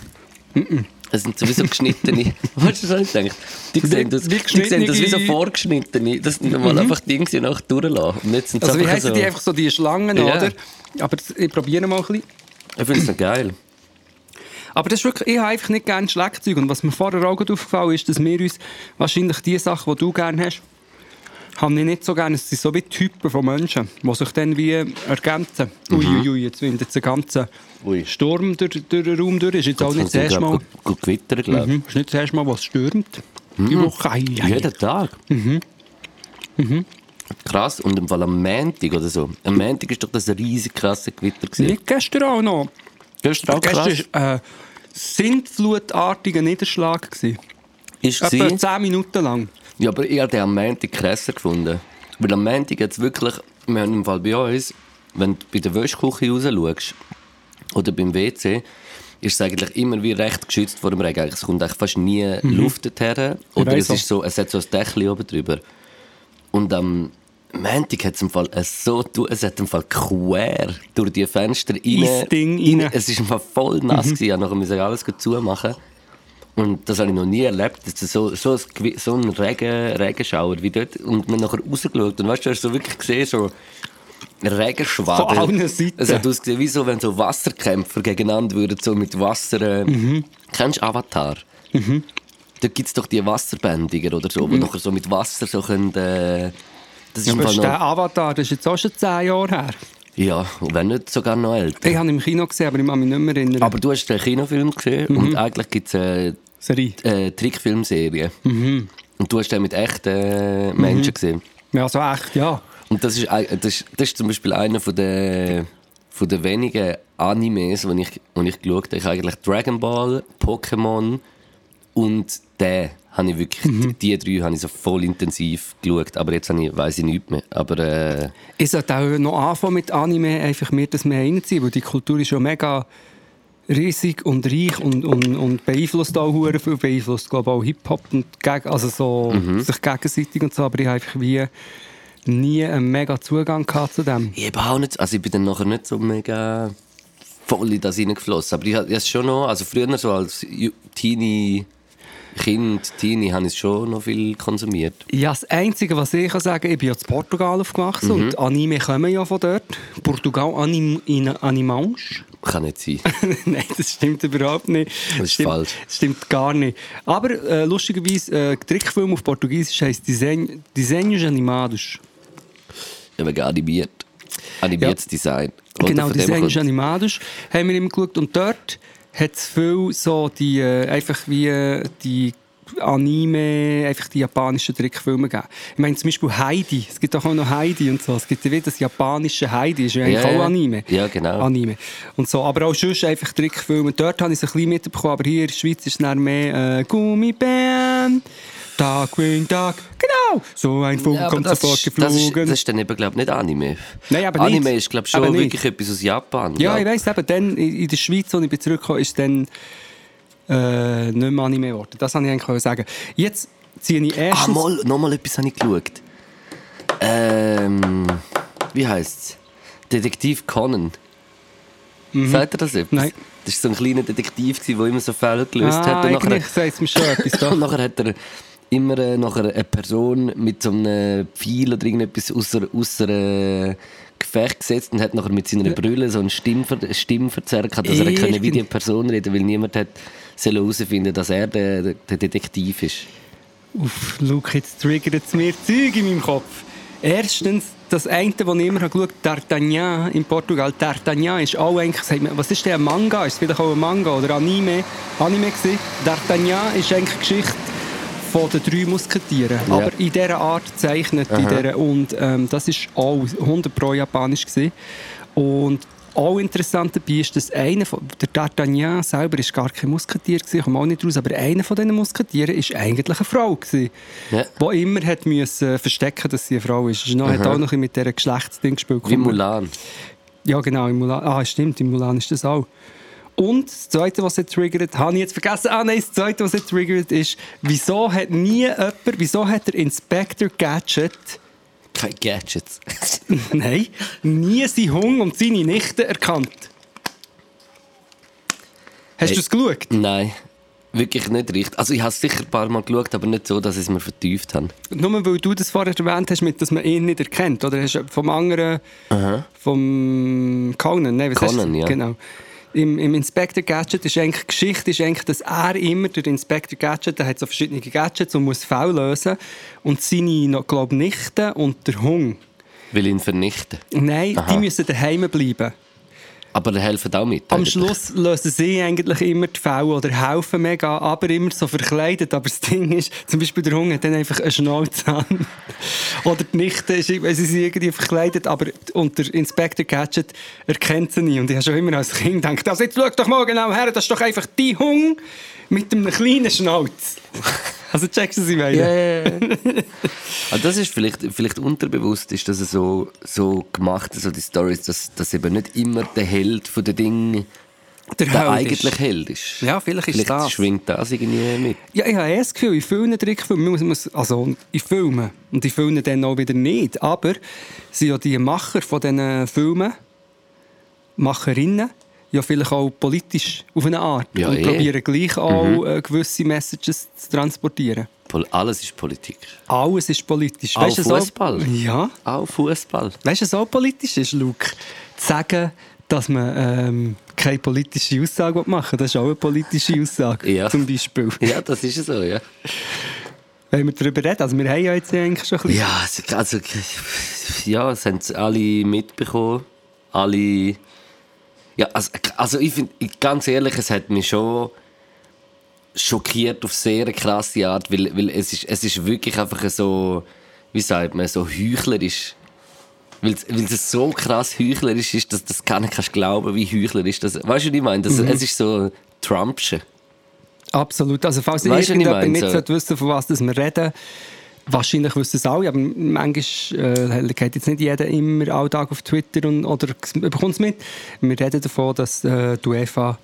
Speaker 2: Das sind sowieso
Speaker 3: [laughs]
Speaker 2: geschnittene. [laughs] Weißt du, was ich denke? Die sehen das,
Speaker 3: wie
Speaker 2: die sehen das wie so
Speaker 3: geschnittene- Mhm.
Speaker 2: vorgeschnittene. Das sind mal einfach Dinge, die nach durchlassen. Und jetzt sind sie
Speaker 3: Also wie
Speaker 2: einfach
Speaker 3: heissen
Speaker 2: so.
Speaker 3: die einfach so, die Schlangen,
Speaker 2: Ja.
Speaker 3: oder? Aber das, ich probiere mal ein bisschen.
Speaker 2: Ich finde es noch geil.
Speaker 3: Aber das ist wirklich, ich habe einfach nicht gerne Schlagzeug. Und was mir vorher auch gut aufgefallen ist, dass wir uns wahrscheinlich die Sachen, die du gerne hast, haben ich nicht so gerne. Es sind so wie Typen von Menschen, die sich dann wie ergänzen. Uiuiui, ui, jetzt windet der ganze
Speaker 2: Mhm. Ui.
Speaker 3: Sturm durch, durch den Raum durch. Ist jetzt auch
Speaker 2: Das
Speaker 3: nicht
Speaker 2: kommt
Speaker 3: das erste
Speaker 2: glaub,
Speaker 3: Mal.
Speaker 2: Gut, gut gewittert, glaube ich.
Speaker 3: Mhm. Ist nicht das erste Mal, was stürmt.
Speaker 2: Mhm.
Speaker 3: Die Woche. Ei, ei.
Speaker 2: Jeden Tag? Mhm.
Speaker 3: Mhm.
Speaker 2: Krass, und im Fall am Montag oder so. Am Montag war doch das riesig krasse Gewitter. Gewesen.
Speaker 3: Nicht gestern auch noch.
Speaker 2: Gestern auch Oh, krass.
Speaker 3: Gestern war ein sintflutartiger Niederschlag. Gewesen.
Speaker 2: Ist
Speaker 3: Etwa
Speaker 2: sie?
Speaker 3: 10 Minuten lang.
Speaker 2: Ja, aber ich habe den am Montag krasser gefunden. Weil am Montag jetzt wirklich, wir haben im Fall bei uns, wenn du bei der Wäschküche raus schaust, oder beim WC, ist es eigentlich immer wie recht geschützt vor dem Regen. Es kommt eigentlich fast nie Luft her. Oder
Speaker 3: Mhm. weiss
Speaker 2: es, ist so, es hat so ein Dächli oben drüber. Und am Montag hat es im Fall so tu- es hat im Fall quer durch die Fenster rein.
Speaker 3: Ins Ding rein. Mhm.
Speaker 2: Es ist im Fall voll nass gewesen. Ich musste nachher alles zumachen. Und das habe ich noch nie erlebt, dass so, so, ein, Gewi- so ein Regen, Regenschauer wie dort. Und man nachher rausgeschaut und weißt du, du hast so wirklich gesehen, so Regenschwaden.
Speaker 3: Von allen Seiten.
Speaker 2: Es hat ausgesehen, wie so, wenn so Wasserkämpfer gegeneinander würden, so mit Wasser. Äh,
Speaker 3: Mhm.
Speaker 2: Kennst du Avatar? Da gibt es doch die Wasserbändiger oder so, die nachher so mit Wasser so können. Äh, das ist
Speaker 3: Mhm. Ja,
Speaker 2: im
Speaker 3: aber
Speaker 2: Fall
Speaker 3: ist der
Speaker 2: noch,
Speaker 3: Avatar das ist jetzt auch schon 10 Jahre her.
Speaker 2: ja, und wenn nicht sogar noch älter.
Speaker 3: Ich habe ihn im Kino gesehen, aber ich kann mich nicht mehr erinnern.
Speaker 2: Aber du hast den Kinofilm gesehen
Speaker 3: Mhm.
Speaker 2: und eigentlich gibt es eine
Speaker 3: Serie.
Speaker 2: äh, Trickfilmserie. Und du hast den mit echten äh, Menschen gesehen.
Speaker 3: Ja, so echt, ja.
Speaker 2: Und das ist, ei- das ist, das ist zum Beispiel einer von der, von der wenigen Animes, die ich, die ich geschaut habe. Ich habe eigentlich Dragon Ball, Pokémon und den habe ich wirklich, die drei habe ich so voll intensiv geschaut. Aber jetzt habe ich, weiss ich nichts mehr. Aber äh,
Speaker 3: Ich sollte auch noch anfangen mit Anime, einfach mehr das mehr reinziehen, weil die Kultur ist ja mega riesig und reich und, und, und beeinflusst auch hure viel, beeinflusst glaube auch Hip-Hop und geg also so sich gegenseitig und so, aber ich habe einfach wie nie einen mega Zugang gehabt zu dem.
Speaker 2: ich habe auch nicht, also ich bin dann nachher nicht so mega voll in das hineingeflossen. Aber ich habe es schon noch, also früher so als Ju- Teenie, Kind, Teenie, habe ich es schon noch viel konsumiert.
Speaker 3: Ja, das Einzige, was ich kann sagen kann, ich bin ja in Portugal aufgewachsen und Anime kommen ja von dort. Portugal anim, in Animange.
Speaker 2: Kann nicht
Speaker 3: [laughs]
Speaker 2: sein.
Speaker 3: Nein, das stimmt überhaupt nicht.
Speaker 2: Das ist
Speaker 3: stimmt,
Speaker 2: falsch.
Speaker 3: Stimmt gar nicht. Aber äh, lustigerweise, äh, Trickfilm auf Portugiesisch heisst Desen- Desenhos Animados.
Speaker 2: Ja, wegen animiert. Animiertes Design. Und
Speaker 3: genau,
Speaker 2: von dem
Speaker 3: Desenhos
Speaker 2: kommt-
Speaker 3: Animados haben wir immer geschaut. Und dort hat es viel so die, äh, einfach wie äh, die Anime, einfach die japanischen Trickfilme gegeben. Ich meine zum Beispiel Heidi. Es gibt auch noch Heidi und so. Es gibt ja wie das japanische Heidi, ist ja eigentlich
Speaker 2: Ja, ja.
Speaker 3: auch Anime.
Speaker 2: Ja, genau.
Speaker 3: Anime. Und so. Aber auch sonst einfach Trickfilme. Dort habe ich es ein bisschen mitbekommen, aber hier in der Schweiz ist es dann mehr äh, Gummiband. Tag, Wing, Tag. Genau! So ein Vogel
Speaker 2: Ja, aber
Speaker 3: kommt sofort
Speaker 2: ist, das, ist,
Speaker 3: geflogen.
Speaker 2: das ist dann eben, glaube ich, nicht Anime.
Speaker 3: Nein, aber
Speaker 2: Anime
Speaker 3: nicht.
Speaker 2: ist, glaube ich,
Speaker 3: Aber
Speaker 2: schon
Speaker 3: nicht.
Speaker 2: wirklich etwas aus Japan.
Speaker 3: Ja,
Speaker 2: glaub.
Speaker 3: ich weiss eben, dann in in der Schweiz, als ich bin zurückgekommen ist dann äh, nicht mehr Anime geworden. Das wollte ich eigentlich sagen. Jetzt ziehe ich
Speaker 2: Ah,
Speaker 3: erstens...
Speaker 2: mal, nochmal etwas habe ich geschaut. Ähm, wie heißt's? Detektiv Conan. Sagt er das etwas?
Speaker 3: Mhm. Nein.
Speaker 2: Das war so ein kleiner Detektiv, gewesen, der immer so Fälle gelöst
Speaker 3: Ah,
Speaker 2: hat. Und nachher,
Speaker 3: eigentlich sagt es mir schon etwas.
Speaker 2: [laughs] und nachher hat er immer äh, nachher eine Person mit so einem Pfeil oder irgendetwas außer, außer äh, Gefecht gesetzt und hat nachher mit seiner Brille so einen Stimmver Stimmverzerrer gehabt, dass er
Speaker 3: Irgend-
Speaker 2: können wie die Person reden weil niemand hat sollen herausfinden dass er der, der- der Detektiv ist.
Speaker 3: Uff, Luke, jetzt triggert es mir Zeug in meinem Kopf. Erstens, das eine, das ich immer geschaut habe, D'Artagnan in Portugal. D'Artagnan ist auch eigentlich, sagt man, was ist der Manga? Ist es vielleicht auch ein Manga oder Anime? Anime gewesen. D'Artagnan ist eigentlich die Geschichte von den drei Musketieren.
Speaker 2: Ja.
Speaker 3: Aber in dieser Art zeichnet, in dieser, und ähm, das ist auch 100 pro japanisch gewesen. Und auch interessant dabei ist, dass einer von, der D'Artagnan selber ist gar kein Musketier gewesen, kommt auch nicht raus, aber einer von diesen Musketieren ist eigentlich eine Frau gewesen,
Speaker 2: Ja.
Speaker 3: die immer hat müssen verstecken, dass sie eine Frau ist. Sie hat auch noch ein bisschen mit dieser Geschlechtsding gespielt.
Speaker 2: Wie Mulan.
Speaker 3: Ja, genau, im Mulan. Ah, stimmt, im Mulan ist das auch. Und das Zweite, was er triggert, habe ich jetzt vergessen. Ah nein, das Zweite, was er triggert, ist, wieso hat nie jemand, wieso hat der Inspector Gadget, [laughs]
Speaker 2: Keine Gadgets. [laughs]
Speaker 3: nein, nie seinen Hung und seine Nichte erkannt? Hast
Speaker 2: Hey.
Speaker 3: du es geschaut?
Speaker 2: Nein, wirklich nicht richtig. Also ich habe es sicher ein paar Mal geschaut, aber nicht so, dass ich es mir vertieft habe.
Speaker 3: Nur weil du das vorher erwähnt hast, mit, dass man ihn nicht erkennt, oder hast du vom anderen, vom Conan, nein, was hast
Speaker 2: Conan,
Speaker 3: du?
Speaker 2: ja.
Speaker 3: Genau. Im, Im Inspector Gadget ist eigentlich die Geschichte, ist eigentlich, dass er immer der Inspector Gadget, der hat so verschiedene Gadgets und muss Fälle lösen und seine, glaube Nichte und der Hung.
Speaker 2: Will ihn vernichten.
Speaker 3: Nein,
Speaker 2: Aha.
Speaker 3: die müssen daheim bleiben.
Speaker 2: Aber er helfen auch mit.
Speaker 3: Am
Speaker 2: eigentlich. [laughs]
Speaker 3: Schluss lösen sie eigentlich immer die Fälle oder helfen mega, aber immer so verkleidet. Aber das Ding ist, zum Beispiel der Hunger hat dann einfach eine Schnauze an. oder die Nichte, ist, irgendwie- sie sind irgendwie verkleidet, aber und der Inspector Gadget erkennt sie nie. Und ich habe schon immer als Kind gedacht, also jetzt schau doch mal genau her, das ist doch einfach die Hung mit einem kleinen Schnauz. [laughs] Also checkst du sie weiter?
Speaker 2: Ja, ja, ja. [laughs] Also das ist vielleicht, vielleicht unterbewusst, ist das so, so gemacht, so die Storys, dass, dass eben nicht immer der Held von den Dingen
Speaker 3: Der
Speaker 2: der,
Speaker 3: Held ist.
Speaker 2: eigentliche Held ist.
Speaker 3: Ja, vielleicht ist
Speaker 2: vielleicht
Speaker 3: das.
Speaker 2: schwingt das irgendwie mit.
Speaker 3: Ja, ich habe eh das Gefühl, in vielen Trickfilmen, man muss- muss, also in Filmen, und in Filmen dann auch wieder nicht, aber sind ja die Macher von diesen Filmen, Macherinnen, ja vielleicht auch politisch auf eine Art
Speaker 2: Ja,
Speaker 3: und
Speaker 2: eh. Mhm.
Speaker 3: probieren gleich auch äh, gewisse Messages zu transportieren.
Speaker 2: Pol- Alles ist Politik.
Speaker 3: Alles ist politisch.
Speaker 2: Auch
Speaker 3: Weisst du, was
Speaker 2: Fußball?
Speaker 3: Ja.
Speaker 2: Auch Fußball.
Speaker 3: Weißt du, was auch politisch ist, Luke? Zu sagen, dass man ähm, keine politische Aussage machen will, das ist auch eine politische Aussage,
Speaker 2: Ja.
Speaker 3: zum Beispiel.
Speaker 2: Ja, das ist so, ja.
Speaker 3: Wenn wir darüber reden, also wir haben ja jetzt eigentlich schon ein bisschen...
Speaker 2: Ja, es- also, ja, es haben es alle mitbekommen. Alle. Ja, also, also ich finde, ganz ehrlich, es hat mich schon schockiert auf sehr eine krasse Art, weil, weil es, ist, es ist wirklich einfach so, wie sagt man, so heuchlerisch. Weil es- weil es so krass heuchlerisch ist, dass das gar nicht kannst glauben, wie heuchlerisch das ist. Weißt du, was ich meine? Das, Es ist so Trumpsche.
Speaker 3: Absolut. Also falls
Speaker 2: Weißt du, was ich
Speaker 3: irgendjemand
Speaker 2: meine?
Speaker 3: nicht
Speaker 2: So.
Speaker 3: sollte wissen von was das wir reden, wahrscheinlich wissen es alle, aber manchmal äh, geht jetzt nicht jeder immer alltag auf Twitter und, oder g- bekommt es mit. Wir reden davon, dass äh, die UEFA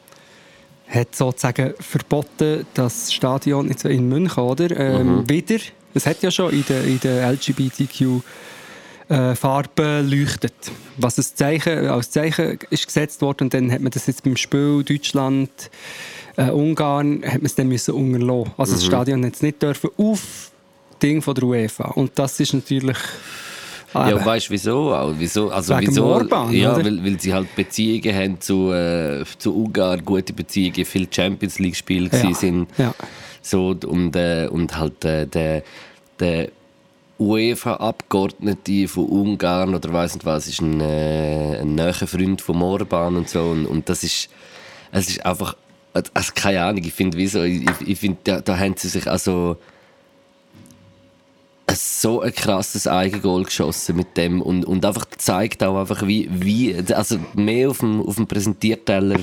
Speaker 3: hat sozusagen verboten, das Stadion jetzt in München, oder? Ähm,
Speaker 2: Mhm.
Speaker 3: Wieder, es hat ja schon in der, in der LGBTQ äh, Farben leuchtet. Was als Zeichen, als Zeichen ist gesetzt worden und dann hat man das jetzt beim Spiel Deutschland, äh, Ungarn, hat man es dann müssen unterlassen. Also
Speaker 2: Mhm.
Speaker 3: das Stadion hat es nicht dürfen auf Ding von der UEFA. Und das ist natürlich... äh,
Speaker 2: Ja,
Speaker 3: Eben.
Speaker 2: weißt du wieso? auch? wieso also
Speaker 3: Wegen
Speaker 2: wieso?
Speaker 3: dem Orban,
Speaker 2: ja,
Speaker 3: oder?
Speaker 2: Weil, weil sie halt Beziehungen haben zu, äh, zu Ungarn, gute Beziehungen, viele Champions League Spiele
Speaker 3: Ja,
Speaker 2: ja. sind.
Speaker 3: ja.
Speaker 2: So, und, äh, und halt äh, der, der UEFA-Abgeordnete von Ungarn oder weiß nicht was, ist ein, äh, ein näher Freund von Orban und so. Und, und das ist, es ist einfach, also keine Ahnung, ich finde, wieso, ich, ich- ich finde, da, da haben sie sich also ein- so ein krasses Eigengoal geschossen mit dem und, und einfach zeigt auch einfach, wie, wie also mehr auf dem, auf dem Präsentierteller,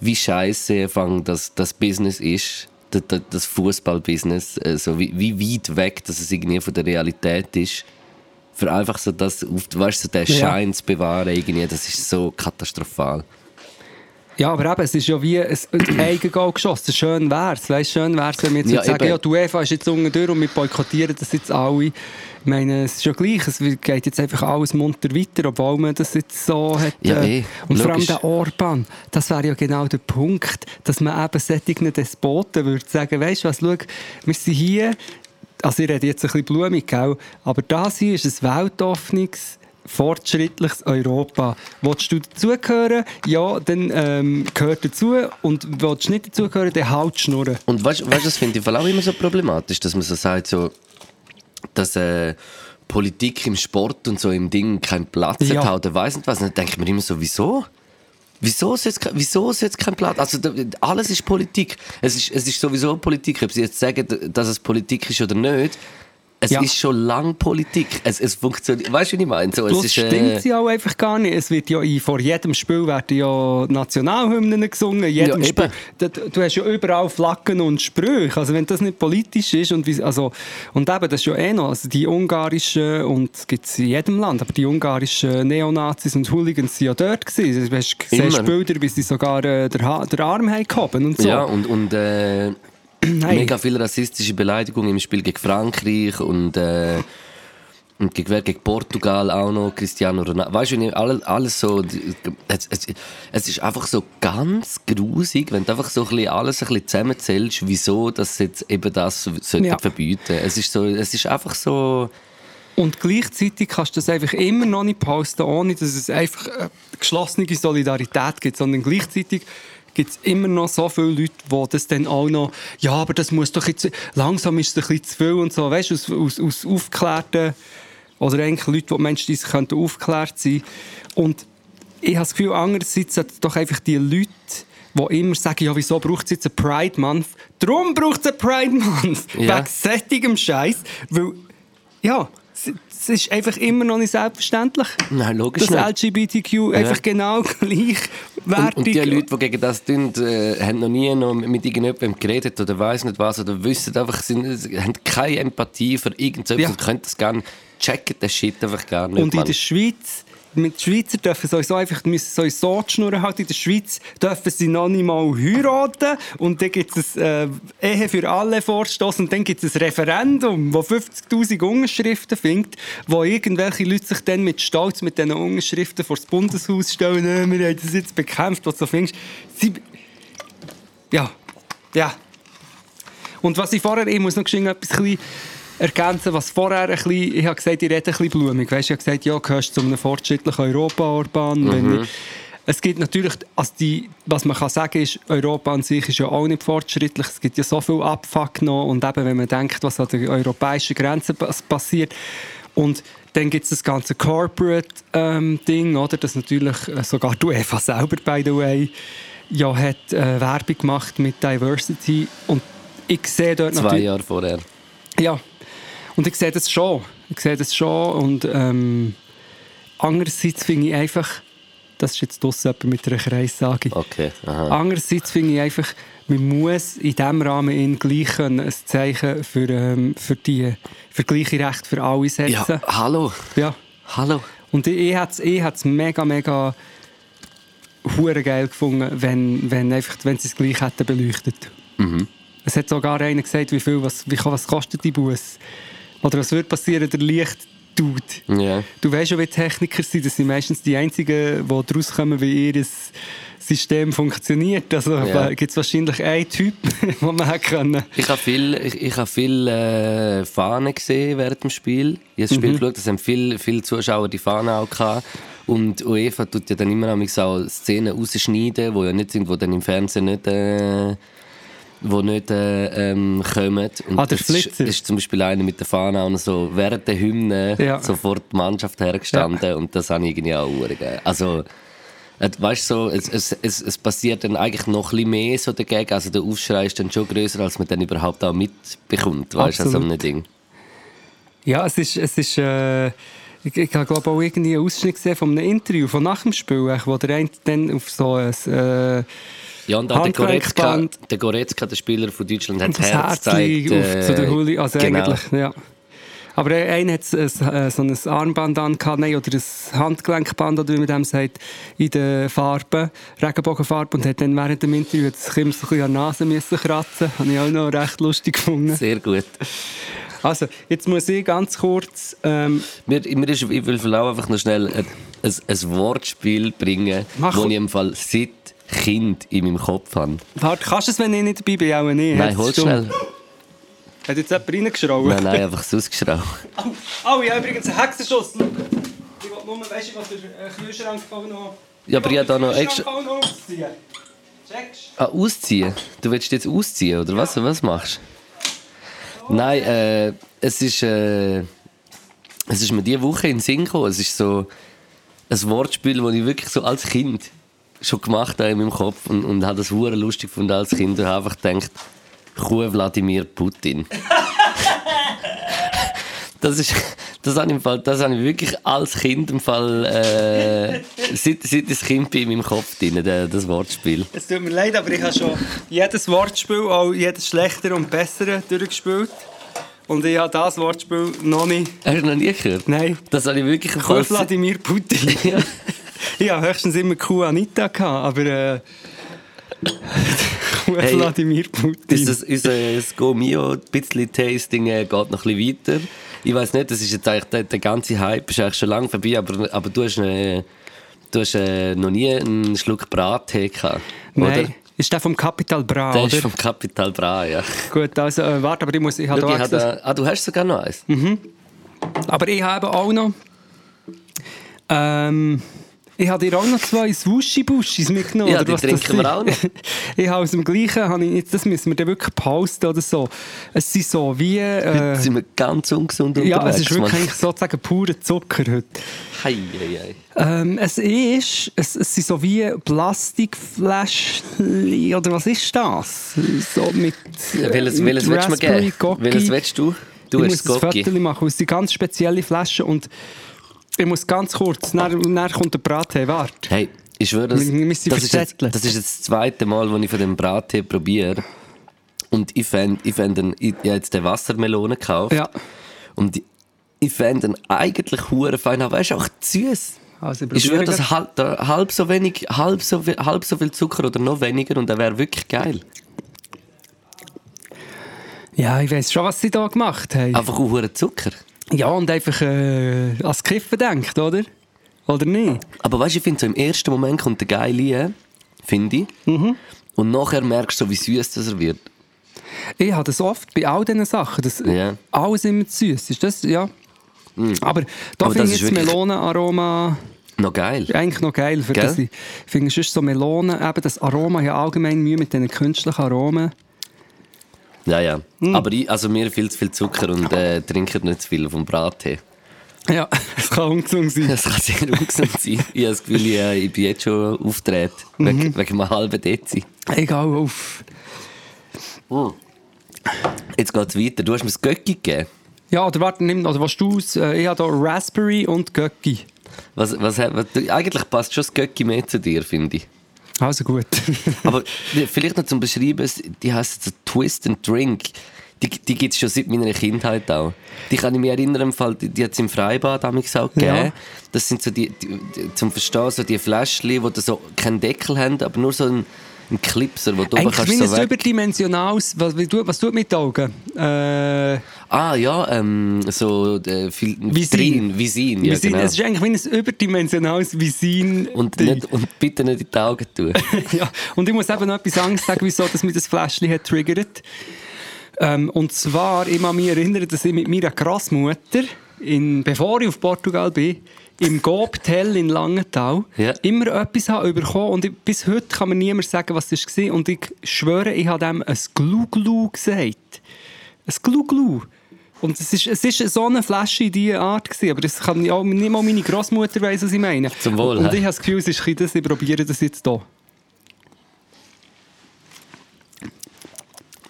Speaker 2: wie scheiße fang das, das Business ist, das, das Fußballbusiness, also wie, wie weit weg dass es irgendwie von der Realität ist. Für einfach so das, auf, weißt du, so den
Speaker 3: Ja.
Speaker 2: Schein zu bewahren, irgendwie, das ist so katastrophal.
Speaker 3: Ja, aber eben, es ist ja wie ein, ein [clears throat] Eigengoal geschossen. Schön wär's, weißt, schön wär's, wenn wir jetzt
Speaker 2: Ja,
Speaker 3: ja, sagen,
Speaker 2: eben.
Speaker 3: ja, die UEFA ist jetzt unten durch und wir boykottieren das jetzt alle. Ich meine, es ist ja gleich, es geht jetzt einfach alles munter weiter, obwohl man das jetzt so hat.
Speaker 2: Ja,
Speaker 3: äh,
Speaker 2: eh,
Speaker 3: und vor allem
Speaker 2: logisch.
Speaker 3: der Orban, das wäre ja genau der Punkt, dass man eben solchen Despoten würde sagen, weißt du was, schau, wir sind hier, also ich rede jetzt ein bisschen blumig, gell? aber das hier ist ein weltoffenes, fortschrittliches Europa. Willst du dazugehören? Ja, dann ähm, gehört dazu. Und willst du nicht dazugehören, dann halt die Schnurren.
Speaker 2: Und weißt du, das finde ich vor allem auch immer so problematisch, dass man so sagt, so, dass äh, Politik im Sport und so im Ding keinen Platz
Speaker 3: Ja.
Speaker 2: hat oder weiss nicht was. Und dann denke ich mir immer so, wieso? Wieso ist jetzt, ke- wieso ist jetzt kein Platz? Also, da- alles ist Politik. Es ist, es ist sowieso Politik. Ob Sie jetzt sagen, dass es Politik ist oder nicht, es
Speaker 3: Ja.
Speaker 2: ist schon lange Politik. Es, es funktioniert. Weißt du, wie ich meine? So, es
Speaker 3: Plus
Speaker 2: ist,
Speaker 3: stimmt
Speaker 2: äh,
Speaker 3: sie auch einfach gar nicht. Es wird ja in, vor jedem Spiel werden ja Nationalhymnen gesungen. in Jedem
Speaker 2: Ja,
Speaker 3: Spiel.
Speaker 2: eben.
Speaker 3: Du, du hast ja überall Flaggen und Sprüche. Also wenn das nicht politisch ist und wie, also und eben das ist ja eh noch. Also die ungarischen und es gibt's in jedem Land, aber die ungarischen Neonazis und Hooligans sind ja dort gewesen. Du hast gesehen
Speaker 2: Immer.
Speaker 3: Bilder, wie sie sogar äh, den, ha den Arm haben gehoben und so.
Speaker 2: Ja, und, und äh,
Speaker 3: Nein.
Speaker 2: mega viele rassistische Beleidigungen im Spiel gegen Frankreich und, äh, und gegen, wer? gegen Portugal auch noch, Cristiano Ronaldo. Weißt du, alles, alles so. die- Es, es, es ist einfach so ganz grusig, wenn du einfach so ein bisschen alles ein bisschen zusammenzählst, wieso das jetzt eben das sollte
Speaker 3: Ja.
Speaker 2: verbieten. Es ist, so, es ist einfach so.
Speaker 3: Und gleichzeitig kannst du das einfach immer noch nicht posten, ohne dass es einfach äh, geschlossene Solidarität gibt, sondern gleichzeitig gibt es immer noch so viele Leute, die das dann auch noch, ja, aber das muss doch jetzt, langsam ist es ein bisschen zu viel und so, weißt du, aus, aus, aus aufgeklärten, oder eigentlich Leute, die Menschen die könnten aufgeklärt sein Und ich habe das Gefühl, andererseits sollten doch einfach die Leute, die immer sagen, ja, wieso braucht es jetzt einen Pride Month? Darum braucht es einen Pride Month!
Speaker 2: Ja.
Speaker 3: Wegen sättigem Scheiß, weil ja, es- es ist einfach immer noch nicht selbstverständlich.
Speaker 2: Nein, logisch
Speaker 3: Dass
Speaker 2: nicht.
Speaker 3: LGBTQ einfach genau gleich
Speaker 2: Und,
Speaker 3: wertig
Speaker 2: und die Leute, die gegen das tun, äh, haben noch nie noch mit irgendjemandem geredet oder weiß nicht was oder wissen einfach, sind, haben keine Empathie für irgendetwas
Speaker 3: Ja.
Speaker 2: und können das gar nicht, checken den Shit einfach gar nicht.
Speaker 3: Und in
Speaker 2: Mann.
Speaker 3: der Schweiz, mit den Schweizer dürfen sowieso einfach müssen sowieso die Schnur halten. In der Schweiz dürfen sie noch nicht mal heiraten. Und dann gibt es einen äh, Ehe für alle Vorstoß und dann gibt es ein Referendum, wo 50'000 Unterschriften findet, wo irgendwelche Leute sich dann mit Stolz mit diesen Unterschriften vor das Bundeshaus stellen. Äh, wir haben das jetzt bekämpft, was du so findest. Sie... Ja, ja. Und was ich vorher, ich muss noch schnell etwas ein bisschen ergänzen, was vorher ein bisschen, ich habe gesagt, ich rede ein bisschen blumig. Weißt, du, ich habe gesagt, ja, gehörst zu einem fortschrittlichen Europa, Orban. Wenn ich, es gibt natürlich, also die, was man kann sagen ist, Europa an sich ist ja auch nicht fortschrittlich. Es gibt ja so viel Abfuck noch und eben, wenn man denkt, was an der europäischen Grenze pas- passiert und dann gibt es das ganze Corporate-Ding, oder? Das natürlich äh, sogar die UEFA selber, by the way, ja, hat äh, Werbung gemacht mit Diversity. Und ich sehe dort
Speaker 2: Zwei Jahre vorher.
Speaker 3: ja. Und ich sehe das schon. Ich sehe das schon. Und ähm, andererseits finde ich einfach, das ist jetzt draussen jemand mit einer Kreissage.
Speaker 2: Okay. Aha.
Speaker 3: Andererseits finde ich einfach, man muss in diesem Rahmen in gleich können, ein Zeichen für, ähm, für die für gleiche Rechte für alle
Speaker 2: Ja,
Speaker 3: setzen.
Speaker 2: hallo.
Speaker 3: Ja.
Speaker 2: Hallo.
Speaker 3: Und ich, ich hätte es ich hat's mega, mega hure geil gefunden, wenn, wenn, einfach, wenn sie es gleich hätten beleuchtet. Es hat sogar einer gesagt, wie viel, was, wie, kann- was kostet die Bus? Oder was würde passieren, der Licht tut.
Speaker 2: Ja.
Speaker 3: Du weißt ja, wie Techniker sind, das sind meistens die Einzigen, die daraus kommen, wie ihr System funktioniert. Also
Speaker 2: Ja.
Speaker 3: gibt es wahrscheinlich einen Typ, [laughs] den man hätte können.
Speaker 2: Ich habe viel, ich, ich hab viel äh, Fahnen gesehen während dem Spiel. Ich habe das
Speaker 3: Mhm.
Speaker 2: Spiel geschaut, es haben viele viel Zuschauer die Fahnen auch gehabt. Und UEFA tut ja dann immer manchmal auch Szenen rausschneiden, die ja nicht sind, die dann im Fernsehen nicht, äh, wo nicht äh, ähm, kommen. Und
Speaker 3: Ah, der
Speaker 2: das ist-
Speaker 3: Flitzer.
Speaker 2: das ist zum Beispiel einer mit der Fahne auch noch so während der Hymne
Speaker 3: Ja.
Speaker 2: sofort die Mannschaft hergestanden und das habe ich irgendwie auch verdammt geil. Also, äh, weißt du, so, es, es, es, es passiert dann eigentlich noch ein bisschen mehr so dagegen. Also der Aufschrei ist dann schon größer, als man dann überhaupt auch mitbekommt, weißt du, an so einem Ding.
Speaker 3: Ja, es ist. Es ist äh, ich, ich habe glaube auch irgendwie einen Ausschnitt gesehen von einem Interview von nach dem Spiel, echt, wo der eine dann auf so ein. Äh,
Speaker 2: Ja, und auch der Goretzka,
Speaker 3: Handwerksband.
Speaker 2: der Goretzka, der Spieler von Deutschland, hat
Speaker 3: das
Speaker 2: das Herz
Speaker 3: Herzli
Speaker 2: gezeigt.
Speaker 3: auf zu den Huli. Also
Speaker 2: genau.
Speaker 3: eigentlich, ja. Aber äh, einer hat so ein so ein Armband an, nein, oder ein Handgelenkband, oder wie man dem sagt, in den Farben, Regenbogenfarbe, und hat dann während dem Interview sich immer so ein bisschen an die Nase müssen kratzen Habe ich auch noch recht lustig gefunden.
Speaker 2: Sehr gut.
Speaker 3: Also, jetzt muss ich ganz kurz... Ähm,
Speaker 2: Mir, mir ist, ich will vielleicht auch einfach noch schnell ein, ein, ein Wortspiel bringen,
Speaker 3: Mach.
Speaker 2: das ich im Fall seit Kind in meinem Kopf habe.
Speaker 3: warte, kannst du es, wenn ich nicht dabei bin? Auch nicht.
Speaker 2: Nein,
Speaker 3: Hat's
Speaker 2: hol
Speaker 3: stumm-
Speaker 2: schnell.
Speaker 3: Hat jetzt jemand reingeschraubt?
Speaker 2: Nein, nein, einfach ausgeschraubt.
Speaker 3: Au, au, ich habe übrigens einen Hexenschuss. Ich will nur, weißt du, was der Kühlschrank auch noch.
Speaker 2: Ja, aber ich habe da noch extra...
Speaker 3: Kühlschrank auch noch aufziehen. Checkst
Speaker 2: Ah, ausziehen? Du willst jetzt ausziehen, oder was? Was machst du? Nein, äh, es ist... Äh, es ist mir diese Woche in den Sinn gekommen. Es ist so ein Wortspiel, das ich wirklich so als Kind schon gemacht habe in meinem Kopf und, und habe das hure lustig gefunden als Kind und habe einfach gedacht, Kuh Wladimir Putin. [laughs] Das ist, das habe ich, im Fall, das habe ich wirklich als Kind im Fall, äh, seit, seit ich ein Kind bin, in meinem Kopf drin, der- das Wortspiel.
Speaker 3: Es tut mir leid, aber ich habe schon jedes Wortspiel, auch jedes schlechtere und bessere durchgespielt. Und ich habe das Wortspiel noch nicht.
Speaker 2: Hast du noch nie gehört?
Speaker 3: Nein.
Speaker 2: Das habe ich wirklich im
Speaker 3: Kuh
Speaker 2: Fall-
Speaker 3: Wladimir
Speaker 2: [laughs]
Speaker 3: Putin.
Speaker 2: Ja.
Speaker 3: Ich habe höchstens immer Kuh Anita gehabt, aber. Äh, Kuh
Speaker 2: Hey,
Speaker 3: Wladimir Putin.
Speaker 2: Ist das, unser Go Mio ein bisschen Tasting äh, geht noch ein bisschen weiter. Ich weiß nicht, das ist jetzt eigentlich der, der ganze Hype ist eigentlich schon lange vorbei, aber, aber du hast, äh, du hast äh, noch nie einen Schluck Brattee gehabt.
Speaker 3: Nein.
Speaker 2: Oder?
Speaker 3: Ist der vom Capital Bra,
Speaker 2: Der
Speaker 3: oder?
Speaker 2: ist vom Capital Bra, ja.
Speaker 3: Gut, also äh, warte, aber ich muss. Ich habe
Speaker 2: Schau,
Speaker 3: da
Speaker 2: ich hab
Speaker 3: extra-
Speaker 2: da, ah, du hast sogar noch eins.
Speaker 3: Aber ich habe auch noch. Ähm, ich habe dir auch noch zwei Swuschi-Buschis mitgenommen.
Speaker 2: Ja,
Speaker 3: oder
Speaker 2: die
Speaker 3: was das
Speaker 2: trinken wir
Speaker 3: sind.
Speaker 2: auch noch.
Speaker 3: [laughs] ich habe aus dem gleichen, habe ich, jetzt- das müssen wir dann wirklich posten oder so. Es sind so wie. Äh,
Speaker 2: Jetzt sind wir ganz ungesund unterwegs.
Speaker 3: ja, es ist wirklich
Speaker 2: Mann.
Speaker 3: eigentlich sozusagen purer Zucker heute.
Speaker 2: Hei, hei, hei.
Speaker 3: Ähm, es ist, es, es sind so wie Plastikfläschchen, oder was ist das? So mit,
Speaker 2: Ja, welches
Speaker 3: mit
Speaker 2: welches willst du mir geben?
Speaker 3: Raspberry-Gocki.
Speaker 2: Welches willst du? Du
Speaker 3: ich
Speaker 2: hast
Speaker 3: muss ein
Speaker 2: Gocki.
Speaker 3: Foto machen, es sind ganz spezielle Flaschen und ich muss ganz kurz, dann, dann kommt der Brattee, warte.
Speaker 2: Hey, ich schwöre, das,
Speaker 3: Wir- wir müssen
Speaker 2: das, ist jetzt,
Speaker 3: verzetteln.
Speaker 2: das ist jetzt das zweite Mal, wo ich von dem Brattee probiere. Und ich fände, ich fänd den, ich, ich hab jetzt den Wassermelone gekauft.
Speaker 3: Ja,
Speaker 2: Und ich, ich fände den eigentlich hure fein, aber er ist auch süß.
Speaker 3: also
Speaker 2: Ich schwöre,
Speaker 3: probiere
Speaker 2: das halb, da- halb so wenig, halb so, viel, halb so viel Zucker oder noch weniger und er wäre wirklich geil.
Speaker 3: Ja, ich weiss schon, was sie da gemacht haben.
Speaker 2: Einfach auch hure Zucker.
Speaker 3: Ja, und einfach äh, ans Kiffen denkt, oder? Oder nicht?
Speaker 2: Aber weißt du, ich finde, so im ersten Moment kommt der geile, finde ich. Und nachher merkst du, so, wie süß das er wird.
Speaker 3: Ich habe das oft bei all diesen Sachen, dass
Speaker 2: Ja. Hm.
Speaker 3: alles immer zu süß ist. Das, ja. Aber da
Speaker 2: Aber
Speaker 3: finde
Speaker 2: das
Speaker 3: ich
Speaker 2: ist
Speaker 3: jetzt
Speaker 2: wirklich-
Speaker 3: Melonenaroma
Speaker 2: Noch geil.
Speaker 3: eigentlich noch geil. Für
Speaker 2: Gell?
Speaker 3: das ich finde sonst so Melonen, eben das Aroma, ich habe allgemein Mühe mit diesen künstlichen Aromen.
Speaker 2: Ja, ja. Aber ich, also mir viel zu viel Zucker und äh, trinke nicht zu viel vom Brattee. [laughs]
Speaker 3: Ja, [laughs] es kann ungesund sein.
Speaker 2: Das kann sehr ungesund sein. Ich habe das Gefühl, ich, äh, ich bin jetzt schon aufgedreht. Wegen, wegen einem halben Dezi.
Speaker 3: Egal, auf.
Speaker 2: Jetzt geht es weiter. Du hast mir das Göcki gegeben.
Speaker 3: Ja, oder warte, nimm, also was du aus? Äh, Ich habe hier Raspberry und Göcki.
Speaker 2: Was, was, hat- was, du- eigentlich passt schon das Göcki mehr zu dir, finde ich.
Speaker 3: Also gut.
Speaker 2: [laughs] Aber vielleicht noch zum Beschreiben, es- die heisst so Twist and Drink. Die, die gibt es schon seit meiner Kindheit auch. Die kann ich mich erinnern, im Fall, die, die hat es im Freibad damals auch gegeben.
Speaker 3: Ja.
Speaker 2: Das sind so die, die, die zum Verstehen, so die Fläschchen, die da so keinen Deckel haben, aber nur so ein, ein Clipser, wo du oben
Speaker 3: Eigentlich
Speaker 2: kannst
Speaker 3: wie
Speaker 2: so
Speaker 3: ein
Speaker 2: weg...
Speaker 3: überdimensionales, was, was, tut- was tut mit den Augen? Äh,
Speaker 2: Ah ja, ähm, so äh, viel,
Speaker 3: Visin.
Speaker 2: Visin, Visin, ja
Speaker 3: wir sind,
Speaker 2: genau.
Speaker 3: Es ist eigentlich wie ein überdimensionales Visin.
Speaker 2: und, nicht, und bitte nicht in die Augen tun. [laughs]
Speaker 3: [laughs] ja, und ich muss eben noch etwas Angst sagen, wieso dass mich das Fläschchen hat triggert. Ähm, und zwar, ich kann mich erinnern, dass ich mit meiner Großmutter, in, bevor ich auf Portugal bin, im Gobtel in Langenthal
Speaker 2: Ja.
Speaker 3: immer etwas habe bekommen und ich, bis heute kann mir niemand sagen, was das war. Und ich schwöre, ich habe dem ein Glu-Glu gesagt. Ein Glu-Glu. Und es ist, es ist so eine Flasche in dieser Art, gewesen, aber das kann auch, nicht mal meine Großmutter weiss, was ich meine.
Speaker 2: Zum Wohl,
Speaker 3: Und ich
Speaker 2: hä?
Speaker 3: habe das Gefühl, es ist ein bisschen das, ich probiere das jetzt hier.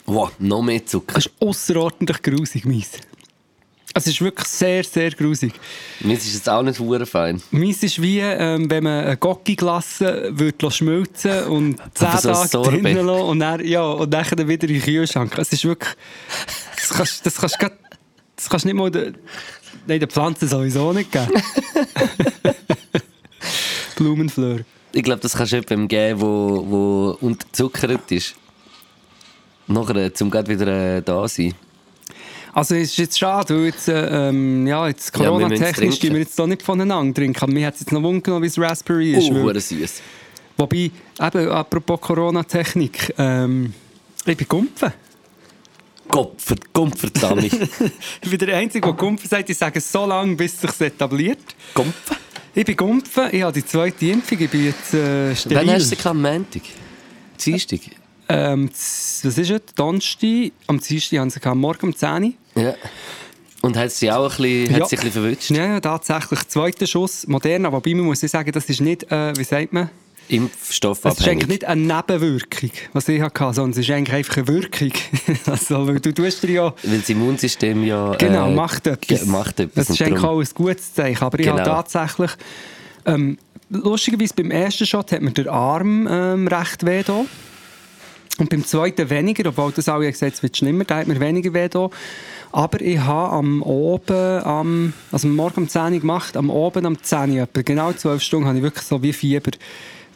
Speaker 2: Wow, noch mehr Zucker.
Speaker 3: Es ist außerordentlich grusig, meins. Es ist wirklich sehr, sehr grusig.
Speaker 2: Mir ist jetzt auch nicht hure fein.
Speaker 3: Meins ist wie, ähm, wenn man eine Gocki-Glasse würde lassen schmelzen
Speaker 2: [laughs]
Speaker 3: und 10
Speaker 2: Aber so ein
Speaker 3: Tage
Speaker 2: Sorbet.
Speaker 3: drinnen lassen und dann, ja, und dann wieder in den Kühlschrank. Es ist wirklich... Das kannst, das kannst grad Das kannst du nicht mal den, nein, den Pflanzen sowieso nicht geben.
Speaker 2: [laughs]
Speaker 3: Blumenfleur.
Speaker 2: Ich glaube, das kannst du jemandem geben, wo, wo unterzuckert ist. Nachher, zum gerade wieder äh, da sein.
Speaker 3: Also es ist jetzt schade, weil jetzt, äh, ähm, ja, jetzt
Speaker 2: Ja, wir müssen
Speaker 3: Corona-technisch
Speaker 2: trinken.
Speaker 3: tun wir jetzt hier nicht voneinander trinken. Aber Mir hat es jetzt noch wundern, wie es Raspberry ist.
Speaker 2: Oh,
Speaker 3: weil-
Speaker 2: hure süß.
Speaker 3: Wobei, eben, apropos Corona-Technik, ähm, ich bin Gumpfen.
Speaker 2: Gopfert, Gopfert,
Speaker 3: [laughs]
Speaker 2: Dami.
Speaker 3: Ich bin der Einzige, der Gumpfen sagt. Ich sage es so lange, bis es sich etabliert.
Speaker 2: Gopfen?
Speaker 3: Ich bin Gumpfen, ich habe die zweite Impfung, ich bin jetzt äh,
Speaker 2: Wann
Speaker 3: steril.
Speaker 2: hast du sie am Montag? Dienstag?
Speaker 3: Ähm, z- was ist es? Donnerstag, am Dienstag haben sie gehabt, morgen um 10 Uhr.
Speaker 2: Ja. Und hat sie auch ein bisschen, hat
Speaker 3: Ja.
Speaker 2: sie ein bisschen verwünscht?
Speaker 3: Ja, ja, tatsächlich, zweiter Schuss, Moderna, wobei man muss ja sagen, das ist nicht, äh, wie sagt man, es ist eigentlich
Speaker 2: Impfstoffabhängig.
Speaker 3: Also nicht eine Nebenwirkung, was ich hatte, sondern es ist eigentlich einfach eine Wirkung. [laughs] also, weil du tust dir ja...
Speaker 2: Weil das Immunsystem ja. äh,
Speaker 3: Genau, macht etwas.
Speaker 2: ge- Macht etwas.
Speaker 3: Das halt ist
Speaker 2: und
Speaker 3: eigentlich
Speaker 2: darum-
Speaker 3: auch ein gutes Zeichen. Aber ich
Speaker 2: Genau.
Speaker 3: habe tatsächlich... Ähm, lustigerweise, beim ersten Shot hat mir der Arm ähm, recht weh da. Und beim zweiten weniger, obwohl das alle gesagt haben, es wird schlimmer, da hat mir weniger weh da. Aber ich habe am Oben, am, also morgen um 10 Uhr gemacht, am Oben am 10 Uhr, etwa genau 12 Stunden, habe ich wirklich so wie Fieber,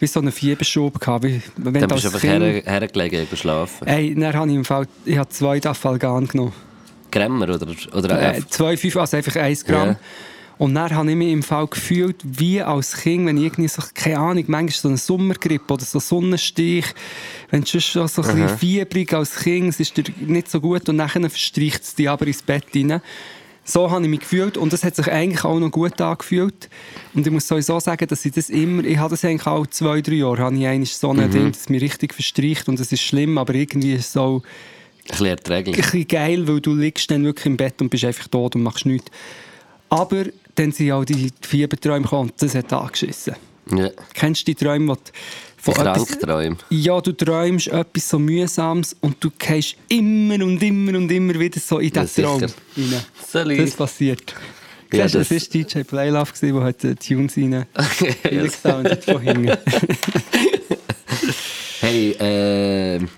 Speaker 3: wie so einen Fieberschub gehabt. Wie, wenn
Speaker 2: Dann
Speaker 3: du
Speaker 2: bist du
Speaker 3: als
Speaker 2: einfach
Speaker 3: Kind-
Speaker 2: her,
Speaker 3: Äh,
Speaker 2: hergelegen, überschlafen.
Speaker 3: Ey, dann habe ich im Fall, ich habe zwei Dafalgan genommen.
Speaker 2: Cremmer oder, oder
Speaker 3: Äh,
Speaker 2: F.
Speaker 3: zwei, fünf, also einfach 1 Gramm.
Speaker 2: Ja.
Speaker 3: Und dann habe ich mich im Fall gefühlt wie als Kind, wenn ich irgendwie so, keine Ahnung, manchmal so eine Sommergrippe oder so Sonnenstich, wenn du schon so ein bisschen fiebrig als Kind, es ist dir nicht so gut und nachher verstreicht es dich aber ins Bett rein. So habe ich mich gefühlt und das hat sich eigentlich auch noch gut angefühlt. Und ich muss sowieso sagen, dass ich das immer, ich habe das eigentlich auch zwei, drei Jahre, habe ich einmal so ein
Speaker 2: Mhm.
Speaker 3: Ding, das mich richtig verstreicht und es ist schlimm, aber irgendwie ist es so
Speaker 2: Ein bisschen erträglich.
Speaker 3: bisschen geil, weil du liegst dann wirklich im Bett und bist einfach tot und machst nichts. Aber dann sind auch die Fieberträume gekommen und das hat angeschissen.
Speaker 2: Ja.
Speaker 3: Kennst du die Träume, wo du von etwas-
Speaker 2: Krankträume.
Speaker 3: Ja, du träumst etwas so Mühsames und du gehst immer und immer und immer wieder so in
Speaker 2: Ja,
Speaker 3: diesen Traum
Speaker 2: sicher.
Speaker 3: rein.
Speaker 2: Salut.
Speaker 3: Das passiert.
Speaker 2: Ja,
Speaker 3: Siehst du,
Speaker 2: das-
Speaker 3: es war DJ Playlove, gewesen, der hat äh,
Speaker 2: [laughs]
Speaker 3: Tunes rein reingesoundet von hinten.
Speaker 2: Hey, ähm.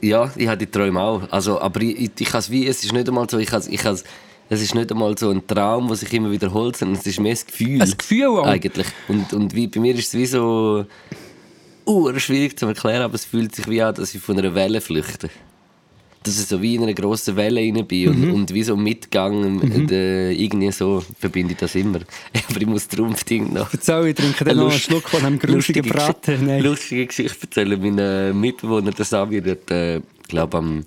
Speaker 2: Ja, ich habe die Träume auch. Also, aber ich, ich, ich has wie, es ist nicht einmal so, ich has, ich has, es ist nicht einmal so ein Traum, der sich immer wiederholt, sondern es ist mehr das Gefühl.
Speaker 3: Ein Gefühl auch.
Speaker 2: Eigentlich. Und, und wie, bei mir ist es wie so urschwierig zu erklären, aber es fühlt sich wie an, dass ich von einer Welle flüchte. Dass ich so wie in einer grossen Welle rein bin und,
Speaker 3: Mhm.
Speaker 2: und wie so mitgegangen, äh, irgendwie so verbinde ich das immer. [laughs] Aber ich muss darum bedingt noch
Speaker 3: Erzähl, ich trinke dann noch einen Schluck von einem grusigen
Speaker 2: lustige Gesch-
Speaker 3: Braten. Nein.
Speaker 2: Lustige Geschichte erzählen. Mein äh, Mitbewohner, der Samir, hat, äh, glaube am,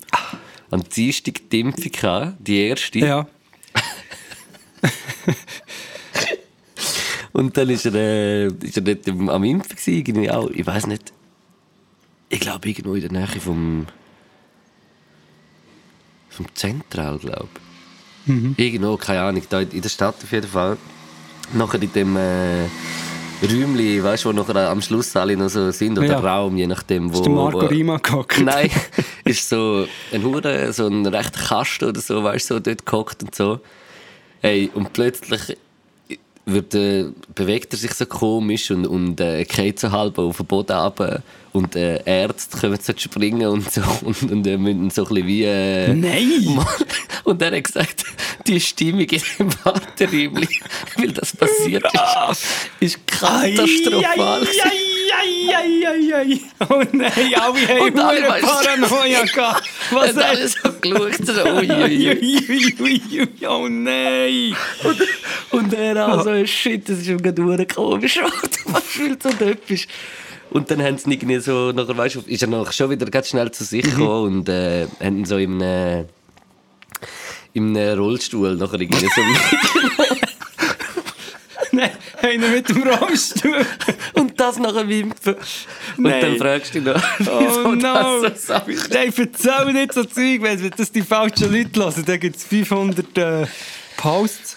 Speaker 2: am Dienstag die Impfung gehabt, die erste.
Speaker 3: Ah. Ja.
Speaker 2: Und dann ist er, äh, ist er dort am, am Impfen gewesen, irgendwie auch, ich weiß nicht, ich glaube irgendwo in der Nähe vom, vom Zentral, glaube
Speaker 3: Mhm.
Speaker 2: Irgendwo, keine Ahnung, da in in der Stadt auf jeden Fall. Nachher in dem äh, Räumchen, weißt du, wo nachher am Schluss alle noch so sind, oder
Speaker 3: Ja.
Speaker 2: Raum, je nachdem, wo...
Speaker 3: Ist der Marco
Speaker 2: wo,
Speaker 3: Rima gehockt?
Speaker 2: Oh, äh, Nein, [laughs] ist so ein Hure, so ein rechter Kasten oder so, weißt du, so dort gehockt und so. Hey, und plötzlich wird, äh, bewegt er sich so komisch und, und äh, geht so halb auf den Boden ab. Und äh, Ärzte kommen so zu springen und so [laughs] und, und äh, müssen so ein bisschen wie. Äh, [laughs]
Speaker 3: Nein!
Speaker 2: und er hat gesagt, die Stimmung in dem Warteräumchen, weil das passiert [laughs] ist, ist katastrophal. gewesen.
Speaker 3: Eieieiei. Oh nein, alle
Speaker 2: [laughs]
Speaker 3: haben
Speaker 2: Und alle
Speaker 3: hure
Speaker 2: weiss-
Speaker 3: Paranoia gehabt.
Speaker 2: [laughs]
Speaker 3: Was
Speaker 2: Und alle
Speaker 3: ist
Speaker 2: so geschaut, so,
Speaker 3: [laughs]
Speaker 2: ui, ui, ui.
Speaker 3: das? Oh nein!
Speaker 2: Und er auch so, shit, das ist ihm gerade verdammt komisch, [laughs] was fühlt so etwas. Und dann haben sie ihn irgendwie so, nachher, weißt du, ist er noch schon wieder ganz schnell zu sich gekommen und äh, haben ihn so im äh, im Rollstuhl nachher irgendwie so
Speaker 3: Nein, einer mit dem Rollstuhl.
Speaker 2: [laughs] und das nachher wimpfen. Und
Speaker 3: Nein.
Speaker 2: dann fragst du dich noch, [laughs] wieso
Speaker 3: Oh no!
Speaker 2: das so sagt.
Speaker 3: Nein, erzähl nicht so Zeug, wenn das die falschen Leute hören. Dann gibt es 500 äh, Posts.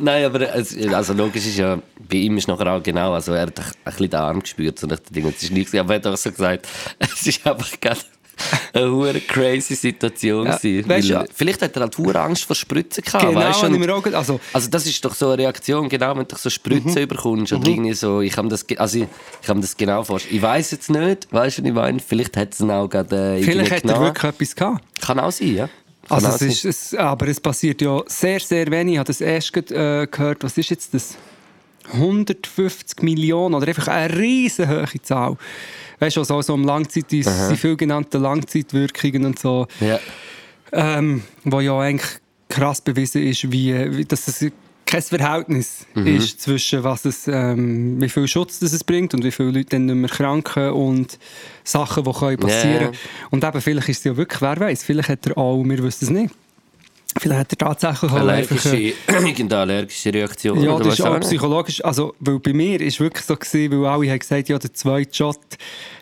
Speaker 2: Nein, aber es, also logisch ist ja, bei ihm ist nachher auch genau, also er hat ein bisschen den Arm gespürt und ich denke, es ist nichts, aber er hat auch so gesagt, [laughs] es ist einfach gerade eine hure crazy Situation
Speaker 3: Ja,
Speaker 2: gewesen.
Speaker 3: weißt
Speaker 2: Weil,
Speaker 3: du-
Speaker 2: Vielleicht hat er halt hure Angst vor Spritzen gehabt,
Speaker 3: Genau,
Speaker 2: weißt du?
Speaker 3: habe ich
Speaker 2: und-
Speaker 3: mir auch Mhm. gedacht. Also,
Speaker 2: Also das ist doch so eine Reaktion, genau, wenn du so Spritzen überkommst oder irgendwie so, ich habe das, ge- also ich, ich kann mir das genau vorstellen. Ich weiß jetzt nicht, weißt du, was ich meine, vielleicht hat es ihn auch gerade äh, irgendwie
Speaker 3: vielleicht hat er
Speaker 2: genommen.
Speaker 3: wirklich etwas gehabt.
Speaker 2: Kann auch sein, ja.
Speaker 3: Also es
Speaker 2: Kann auch
Speaker 3: ist, es, aber es passiert ja sehr, sehr wenig. Ich habe das erst gerade, äh, gehört. Was ist jetzt das? 150 Millionen oder einfach eine riesenhohe Zahl. Weißt du, also, so um Langzeit, die die viel genannten Langzeitwirkungen und so,
Speaker 2: Ja.
Speaker 3: ähm, wo ja eigentlich krass bewiesen ist, wie, wie dass es kein Verhältnis
Speaker 2: Mhm.
Speaker 3: ist zwischen was es, ähm, wie viel Schutz das es bringt und wie viele Leute dann nicht mehr kranken und Sachen, die können passieren
Speaker 2: Ja, ja.
Speaker 3: Und eben, vielleicht ist es ja wirklich, wer weiß, vielleicht hat er auch, wir wissen es nicht. Vielleicht hat er tatsächlich auch einfach... äh,
Speaker 2: Allergische, [clears throat] irgendeine allergische Reaktion.
Speaker 3: ja,
Speaker 2: oder
Speaker 3: das
Speaker 2: weiss
Speaker 3: ist auch
Speaker 2: nicht.
Speaker 3: psychologisch. Also, weil bei mir war es wirklich so, gewesen, weil alle haben gesagt, ja, der zweite Shot,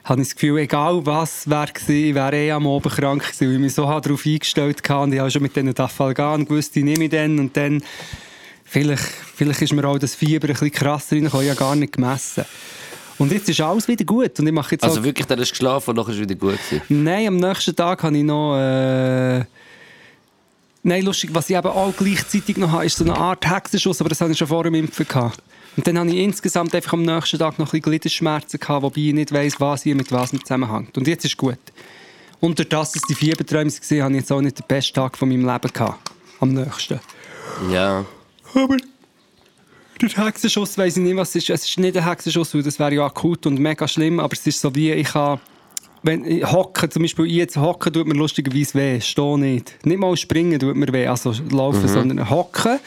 Speaker 3: habe ich das Gefühl, egal was wäre gewesen, wäre eh am Abend krank gewesen, weil ich mich so hart darauf eingestellt hatte und ich habe schon mit diesen Tafalgan gewusst, die nehme ich dann und dann vielleicht, vielleicht ist mir auch das Fieber ein bisschen krasser rein, ich habe ja gar nicht gemessen. Und jetzt ist alles wieder gut und ich mache jetzt
Speaker 2: Also
Speaker 3: auch-
Speaker 2: wirklich, dann hast du geschlafen und nachher ist es wieder gut gewesen.
Speaker 3: Nein, am nächsten Tag habe ich noch. Äh, nein, lustig, was ich eben auch gleichzeitig noch habe, ist so eine Art Hexenschuss, aber das hatte ich schon vor dem Impfen. Gehabt. Und dann habe ich insgesamt einfach am nächsten Tag noch ein bisschen Gliederschmerzen gehabt, wobei ich nicht weiss, was hier mit was zusammenhängt. Und jetzt ist gut. Und durch das, dass die Fieberträume waren, habe ich jetzt auch nicht den besten Tag von meinem Leben gehabt. Am nächsten.
Speaker 2: Ja.
Speaker 3: Aber der Hexenschuss weiß ich nicht, was es ist. Es ist nicht ein Hexenschuss, weil das wäre ja akut und mega schlimm, aber es ist so wie ich kann. Wenn ich hocke, zum Beispiel ich jetzt hocken, tut mir lustigerweise weh. Stehen nicht. Nicht mal springen tut mir weh, also laufen,
Speaker 2: Mhm.
Speaker 3: sondern hocken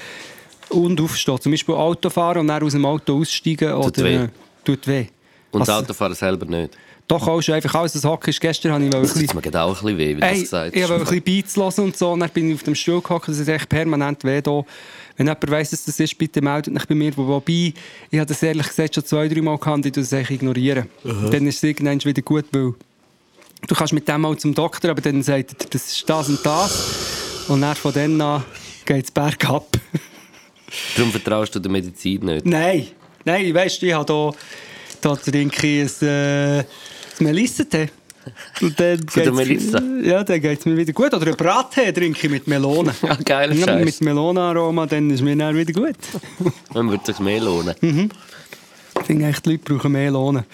Speaker 3: und aufstehen. Zum Beispiel Auto fahren und dann aus dem Auto aussteigen. Tut oder,
Speaker 2: weh.
Speaker 3: äh, Tut weh.
Speaker 2: Und das
Speaker 3: also,
Speaker 2: Autofahren selber nicht.
Speaker 3: Doch auch schon einfach alles, was hocken ist. Gestern habe ich mal ein
Speaker 2: Das [laughs]
Speaker 3: bisschen
Speaker 2: tut mir gerade auch ein bisschen weh, wie du das
Speaker 3: Ey,
Speaker 2: gesagt
Speaker 3: ich habe ein
Speaker 2: hast.
Speaker 3: bisschen Beats hören und so, und dann bin ich auf dem Stuhl gehockt, das ist echt permanent weh da. Wenn jemand weiss, dass das ist, bitte meldet euch bei mir. Wo- Wobei, ich habe das ehrlich gesagt schon zwei, drei Mal gehabt, und ich tu das echt ignorieren. Dann ist es irgendwann wieder gut, weil du kannst mit dem mal zum Doktor, aber dann sagt er, das ist das und das. Und dann von dann an geht es bergab.
Speaker 2: Darum vertraust du der Medizin nicht.
Speaker 3: [laughs] Nein, nein, weißt du, ich habe hier, da trinke ich ein, äh, ein Melissentee. Und dann
Speaker 2: Von der Melissa?
Speaker 3: Ja, dann geht es mir wieder gut. Oder einen Brattee trinke ich mit Melone.
Speaker 2: [laughs] Ja, geiler
Speaker 3: Ja,
Speaker 2: Scheiß.
Speaker 3: mit Melonenaroma, dann ist mir dann wieder gut.
Speaker 2: Man würde sich mehr lohnen.
Speaker 3: Ich finde echt, die Leute brauchen Melone.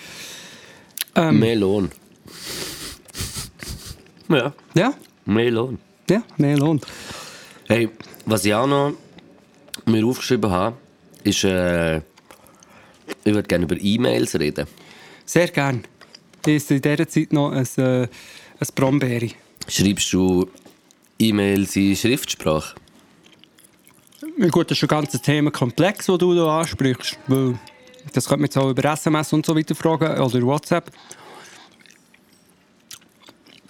Speaker 3: Ähm.
Speaker 2: Mehr Lohn. Ja,
Speaker 3: Ja,
Speaker 2: mehr Lohn.
Speaker 3: ja, Melone.
Speaker 2: Hey, was ich auch noch mir aufgeschrieben habe, ist, äh, ich würde gerne über E-Mails reden.
Speaker 3: Sehr gern. Ich esse in dieser Zeit noch ein, äh, ein Brombeere.
Speaker 2: Schreibst du E-Mails in Schriftsprache?
Speaker 3: Ja, Gut, das ist ein ganzes Themenkomplex, das du da ansprichst. Weil das könnte man jetzt auch über SMS und so weiter fragen oder WhatsApp.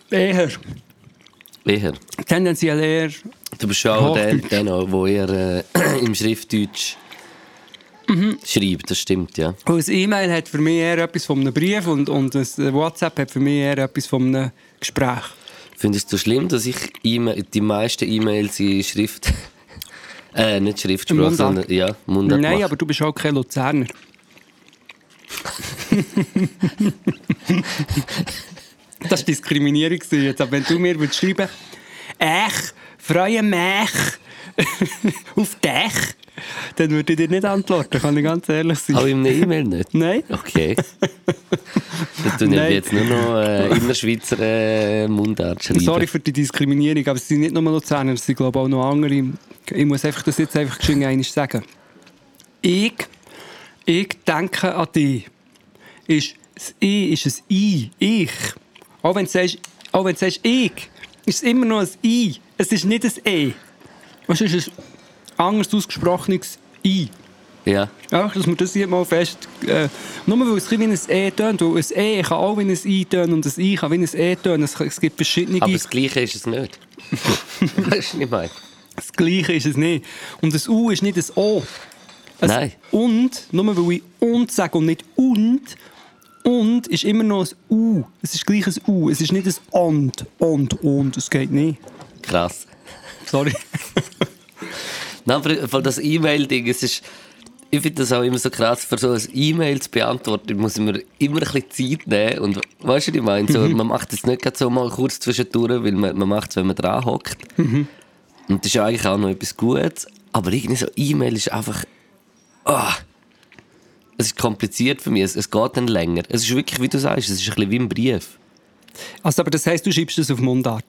Speaker 3: Eher.
Speaker 2: Eher.
Speaker 3: Tendenziell eher.
Speaker 2: Du bist ja auch der,
Speaker 3: Hochdeutsch.
Speaker 2: der, noch, wo er äh, [clears throat] im Schriftdeutsch schreibt, das stimmt, ja.
Speaker 3: Weil ein E-Mail hat für mich eher etwas von einem Brief und, und ein WhatsApp hat für mich eher etwas von einem Gespräch.
Speaker 2: Findest du schlimm, dass ich E-Mail- die meisten E-Mails in Schrift... [laughs] äh, nicht Schriftsprache,
Speaker 3: Mundart.
Speaker 2: sondern... Ja, Mundart
Speaker 3: Nein,
Speaker 2: mache.
Speaker 3: aber du bist auch kein Luzerner. das war Diskriminierung. gewesen Jetzt. Aber wenn du mir würdest schreiben ich freue mich [laughs] auf dich, dann würde ich dir nicht antworten, kann ich ganz ehrlich sein.
Speaker 2: Auch in einer E-Mail
Speaker 3: [laughs]
Speaker 2: nicht?
Speaker 3: Nein.
Speaker 2: Okay. Dann tun wir
Speaker 3: Nein.
Speaker 2: jetzt nur noch äh, Innerschweizer äh, Mundart schreiben.
Speaker 3: Sorry für die Diskriminierung, aber es sind nicht nur Luzerner, es sind glaube ich, auch noch andere. Ich muss einfach das jetzt einfach geschwind einmal sagen. Ich, ich denke an dich. Ist das I ist ein I. Ich. Auch wenn du sagst, auch wenn du sagst ich, ist es immer noch ein I. Es ist nicht ein E. Es ist ein anders ausgesprochenes I.
Speaker 2: Ja.
Speaker 3: Ja, dass wir das hier mal fest... Äh, nur weil es ein bisschen wie ein E tönt, weil ein E kann auch wie ein I tönen und ein I kann wie ein E tönen. Es, es gibt verschiedene...
Speaker 2: Aber das Gleiche ist es nicht. [laughs] weißt du, was ich meine?
Speaker 3: Das Gleiche ist es nicht. Und das U ist nicht das O. Ein
Speaker 2: Nein.
Speaker 3: Und, nur weil ich und sage und nicht und, und ist immer noch ein U. Es ist gleich ein U. Es ist nicht ein und, und, und. Es geht nicht.
Speaker 2: Krass. [laughs]
Speaker 3: Sorry.
Speaker 2: Nein, aber von das E-Mail-Ding, es ist... Ich finde das auch immer so krass, für so ein E-Mail zu beantworten, muss man immer ein bisschen Zeit nehmen. Und weißt du, was ich meine? So,
Speaker 3: Mhm.
Speaker 2: Man macht es nicht gerade so mal kurz zwischendurch, weil man, man macht es, wenn man dran hockt.
Speaker 3: Mhm.
Speaker 2: Und das ist ja eigentlich auch noch etwas Gutes. Aber irgendwie so E-Mail ist einfach. ah, es ist kompliziert für mich, es, es geht dann länger. Es ist wirklich, wie du sagst, es ist ein bisschen wie ein Brief.
Speaker 3: Also, aber das heisst, du schreibst das auf Mundart.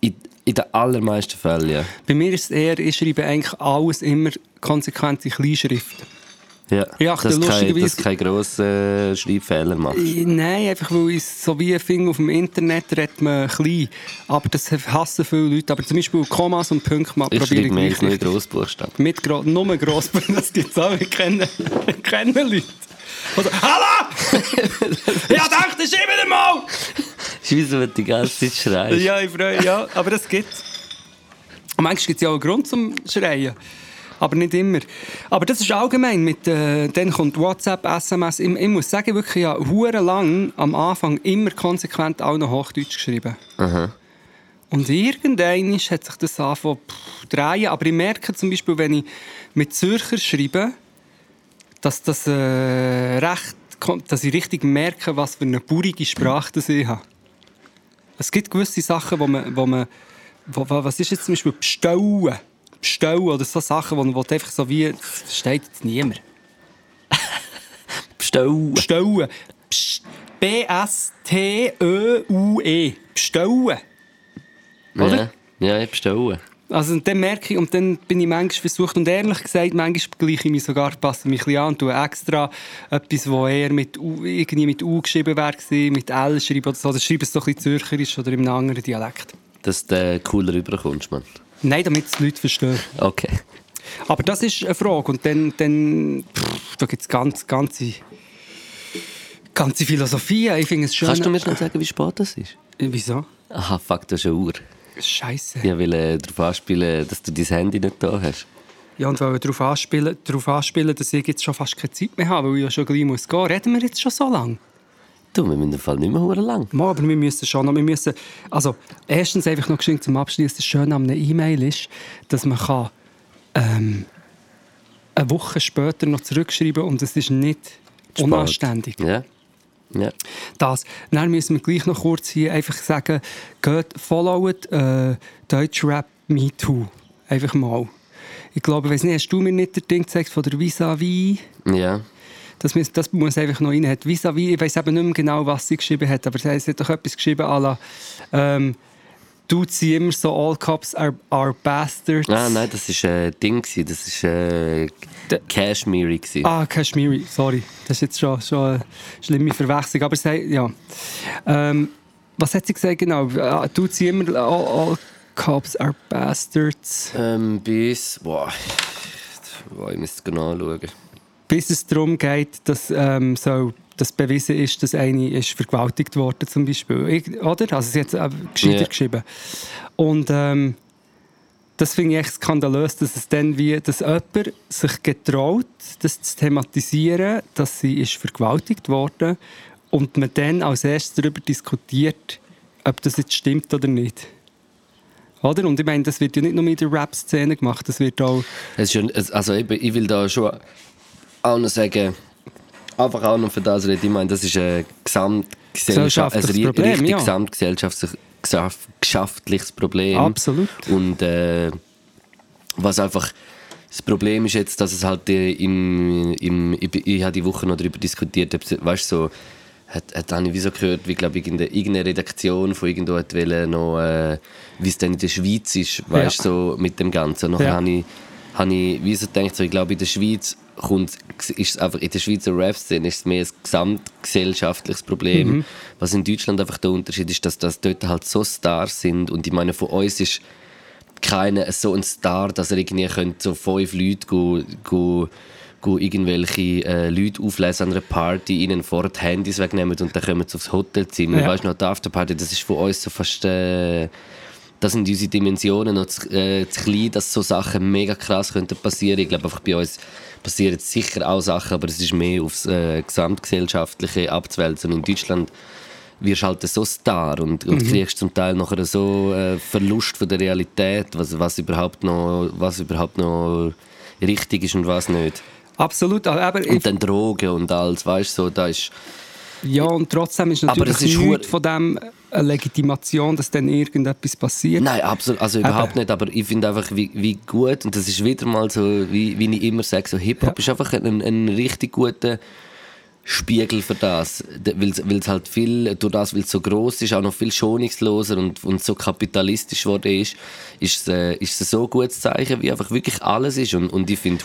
Speaker 2: Ich, In den allermeisten Fällen, ja.
Speaker 3: Bei mir ist es eher, ich schreibe eigentlich alles immer konsequent in Kleinschrift.
Speaker 2: ja.
Speaker 3: Ja, ach,
Speaker 2: dass
Speaker 3: der
Speaker 2: kein,
Speaker 3: lustigerweise-
Speaker 2: dass kein grosser Schreibfehler macht.
Speaker 3: Ich- Nein, einfach weil ich so wie ein Finger auf dem Internet redet man klein. Aber das hassen viele Leute. Aber zum Beispiel Kommas und Punkte mal
Speaker 2: Ich
Speaker 3: probiere ich
Speaker 2: schreibe mir
Speaker 3: gleich
Speaker 2: jetzt nur
Speaker 3: nicht.
Speaker 2: Grossbuchstaben.
Speaker 3: Mit gro nur gross, das gibt es auch. Wir kennen, wir kennen Leute. Also, Hallo! ja, dachte, das ist immer mal!
Speaker 2: [laughs] Scheiße, wenn du die ganze Zeit schreist.
Speaker 3: Ja, ich freue ja, aber das gibt's. Und manchmal gibt es ja auch einen Grund zum Schreien. Aber nicht immer. Aber das ist allgemein. Mit, äh, dann kommt WhatsApp, SMS. Ich, ich muss sagen, wirklich, ja, hure lang am Anfang immer konsequent auch noch Hochdeutsch geschrieben. Und irgendwann hat sich das angefangen pff, drehen. Aber ich merke zum Beispiel, wenn ich mit Zürcher schreibe, dass das äh, recht kommt, dass ich richtig merke, was für eine burige Sprache das ich habe. Es gibt gewisse Sachen, wo man, wo man wo, wo, was ist jetzt zum Beispiel bestellen? Bestellen oder so Sachen, wo man wo du einfach so wie, das versteht jetzt niemand.
Speaker 2: Bestellen.
Speaker 3: Bestellen. Pst- B-S-T-Ö-U-E. E. Bestellen.
Speaker 2: Ja,
Speaker 3: Oder?
Speaker 2: ja, bestellen.
Speaker 3: Also und dann merke ich, und dann bin ich manchmal versucht, und ehrlich gesagt, manchmal gleiche ich mich sogar, passe mich ein bisschen an und tue extra etwas, wo eher mit U, irgendwie mit U geschrieben wäre, gewesen, mit L schreiben oder so, oder schreibe es so ein bisschen zürcherisch oder in einem anderen Dialekt.
Speaker 2: Dass du äh, cooler rüberkommst, Mann.
Speaker 3: Nein, damit es die Leute verstehen.
Speaker 2: Okay.
Speaker 3: Aber das ist eine Frage. Und dann, dann pff, da gibt es ganz, ganze, ganze Philosophie. Ich finde es schön. Äh,
Speaker 2: Kannst du mir schnell sagen, wie spät das ist?
Speaker 3: Wieso?
Speaker 2: Aha, fuck, du hast eine Uhr.
Speaker 3: Scheiße.
Speaker 2: Ich
Speaker 3: Ja,
Speaker 2: wollte äh, darauf anspielen, dass du dein Handy nicht da hast.
Speaker 3: und weil wir darauf anspielen, darauf anspielen, dass ich jetzt schon fast keine Zeit mehr habe, weil ich ja schon gleich muss gehen. Reden wir jetzt schon so lange?
Speaker 2: Du, wir müssen im Fall nicht mehr verdammt lang.
Speaker 3: Mal, aber wir müssen schon noch, wir müssen, also erstens einfach noch geschenkt zum Abschluss, das Schöne an einer E-Mail ist, dass man kann, ähm, eine Woche später noch zurückschreiben und es ist nicht
Speaker 2: Spät.
Speaker 3: unanständig.
Speaker 2: Ja. Ja.
Speaker 3: das. Dann müssen wir gleich noch kurz hier einfach sagen, geht, followt äh, Deutschrap Me Too. Einfach mal. Ich glaube, ich weiss nicht, hast du mir nicht den Ding gezeigt von der Vis-a-Vis?
Speaker 2: Ja.
Speaker 3: Das, muss- das muss einfach noch rein. Hat Vis-a-Vis, ich weiss eben nicht mehr genau, was sie geschrieben hat, aber sie sie hat doch etwas geschrieben à la, ähm, du ziehst immer so «All cops are, are bastards».
Speaker 2: Ah, nein, das war ein äh, Ding. gewesen. Das war äh, Cashmere. gewesen.
Speaker 3: Ah, Kashmiri, sorry. Das ist jetzt schon, schon eine schlimme Verwechslung. Aber sie, ja. Ähm, was hat sie gesagt genau? Ah, Du ziehst immer all, all cops are bastards.
Speaker 2: Ähm, bis. Boah. boah. Ich müsste genau schauen.
Speaker 3: Bis es darum geht, dass ähm, so das bewiesen ist, dass eine ist vergewaltigt worden zum Beispiel. Irg- Oder? Also sie hat es äh, gescheiter
Speaker 2: Ja.
Speaker 3: geschrieben. Und ähm, das finde ich echt skandalös, dass es dann wie, dass jemand sich getraut, das zu thematisieren, dass sie ist vergewaltigt worden und man dann als erstes darüber diskutiert, ob das jetzt stimmt oder nicht. Oder? Und ich meine, das wird ja nicht nur in der Rap-Szene gemacht, das wird auch...
Speaker 2: Es ist, ja- es- also eben, ich will da schon auch noch sagen, einfach auch noch für das reden. Ich meine, das ist ein
Speaker 3: Gesellschaftliches
Speaker 2: Gesamtgesellschaft, ein ri-
Speaker 3: Problem,
Speaker 2: richtig
Speaker 3: ja.
Speaker 2: gesamtgesellschaftlich- gesaf- geschaftliches Problem.
Speaker 3: Absolut.
Speaker 2: Und äh, was einfach das Problem ist jetzt, dass es halt äh, im, im ich, bin- ich habe die Woche noch darüber diskutiert, ob es- weißt du, so hat, hat habe ich wieso gehört, wie glaube ich irgendeine, irgendeine Redaktion von irgendwo hat wollen, noch äh, wie es denn in der Schweiz ist, weißt
Speaker 3: Ja.
Speaker 2: du, so mit dem Ganzen. Nachher
Speaker 3: Ja.
Speaker 2: habe ich, habe ich wieso gedacht, so, ich glaube in der Schweiz kommt ist es einfach in der Schweizer Rap-Szene ist es mehr ein gesamtgesellschaftliches Problem. Was in Deutschland einfach der Unterschied ist, dass, dass dort halt so Stars sind und ich meine von uns ist keiner so ein Star, dass er irgendwie könnte so fünf Leute go, go, go irgendwelche äh, Leute auflesen an einer Party, ihnen vor die Handys wegnehmen und dann kommen sie aufs Hotelzimmer.
Speaker 3: Ja.
Speaker 2: Weißt du noch, die Afterparty, das ist von uns so fast. Äh, das sind unsere Dimensionen noch zu, äh, zu klein, dass so Sachen mega krass könnten passieren. Ich glaube, einfach bei uns passieren sicher auch Sachen, aber es ist mehr aufs äh, Gesamtgesellschaftliche abzuwälzen. Und in Deutschland wirst halt so Star und, und kriegst zum Teil nachher so äh, Verlust von der Realität, was, was, überhaupt noch, was überhaupt noch richtig ist und was nicht.
Speaker 3: Absolut, aber ich
Speaker 2: Und dann Drogen und alles, weißt du, so, da ist...
Speaker 3: Ja, und trotzdem ist natürlich
Speaker 2: das ist
Speaker 3: nichts
Speaker 2: hu-
Speaker 3: von dem eine Legitimation, dass dann irgendetwas passiert.
Speaker 2: Nein, absolut, also überhaupt nicht, aber ich finde einfach, wie, wie gut, und das ist wieder mal so, wie, wie ich immer sage, so Hip-Hop ist einfach ein, ein richtig guter Spiegel für das, weil es halt viel, durch das, weil es so groß ist, auch noch viel schonungsloser und, und so kapitalistisch geworden ist, ist es, äh, ist es so ein gutes Zeichen, wie einfach wirklich alles ist. Und, und ich finde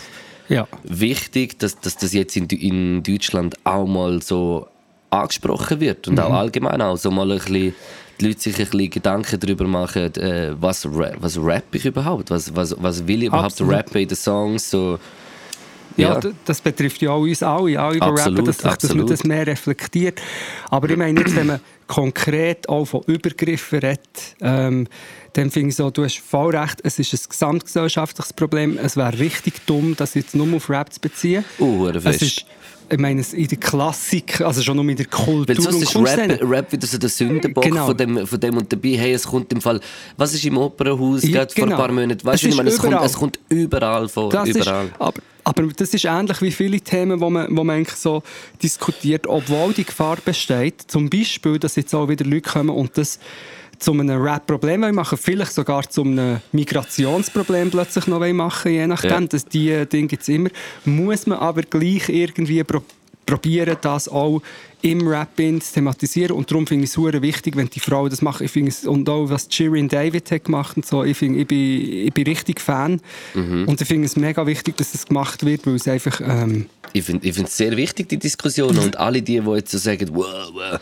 Speaker 3: Ja.
Speaker 2: wichtig, dass, dass das jetzt in, in Deutschland auch mal so angesprochen wird und auch
Speaker 3: Mhm.
Speaker 2: allgemein auch so mal ein bisschen, die Leute sich ein bisschen Gedanken darüber machen, äh, was, ra was rap ich überhaupt, was, was, was will ich überhaupt
Speaker 3: Absolut.
Speaker 2: rappen in den Songs, so...
Speaker 3: Ja,
Speaker 2: Ja.
Speaker 3: d- das betrifft ja auch uns alle, alle die
Speaker 2: Absolut,
Speaker 3: rappen, dass, sich- dass man
Speaker 2: absolut.
Speaker 3: das mehr reflektiert. Aber ich meine, jetzt, wenn man konkret auch von Übergriffen redet, ähm, dann finde ich so, du hast voll recht, es ist ein gesamtgesellschaftliches Problem. Es wäre richtig dumm, das jetzt nur auf Rap zu beziehen.
Speaker 2: Oh, verdammt
Speaker 3: es
Speaker 2: fest.
Speaker 3: ist, ich meine, es in der Klassik, also schon nur in der Kultur
Speaker 2: Weil sonst
Speaker 3: und
Speaker 2: ist
Speaker 3: Kunstszene.
Speaker 2: Rap, Rap wieder so der Sündenbock
Speaker 3: Genau.
Speaker 2: von, dem, von dem und dabei. Hey, es kommt im Fall, was ist im Opernhaus
Speaker 3: Ja,
Speaker 2: gerade vor
Speaker 3: genau.
Speaker 2: ein paar Monaten? Weißt du,
Speaker 3: Es
Speaker 2: ich meine,
Speaker 3: ist
Speaker 2: es kommt,
Speaker 3: überall.
Speaker 2: es kommt überall vor.
Speaker 3: Das
Speaker 2: überall.
Speaker 3: Ist, aber, aber das ist ähnlich wie viele Themen, wo man, wo man eigentlich so diskutiert, obwohl die Gefahr besteht, zum Beispiel, dass jetzt auch wieder Leute kommen und das zu einem Rap-Problem wollen machen vielleicht sogar zu einem Migrationsproblem plötzlich noch wollen machen je nachdem,
Speaker 2: Ja.
Speaker 3: dass die äh, Dinge gibt's immer, muss man aber gleich irgendwie pro probieren, das auch im Rap in zu thematisieren und darum finde ich es sehr wichtig, wenn die Frauen das machen. Ich finde es, und auch was Shirin David hat gemacht und so, ich, finde, ich, bin, ich bin richtig Fan und ich finde es mega wichtig, dass das gemacht wird, weil es einfach ähm,
Speaker 2: Ich finde ich es sehr wichtig, die Diskussion. Und alle die, die jetzt so sagen, wow, wow,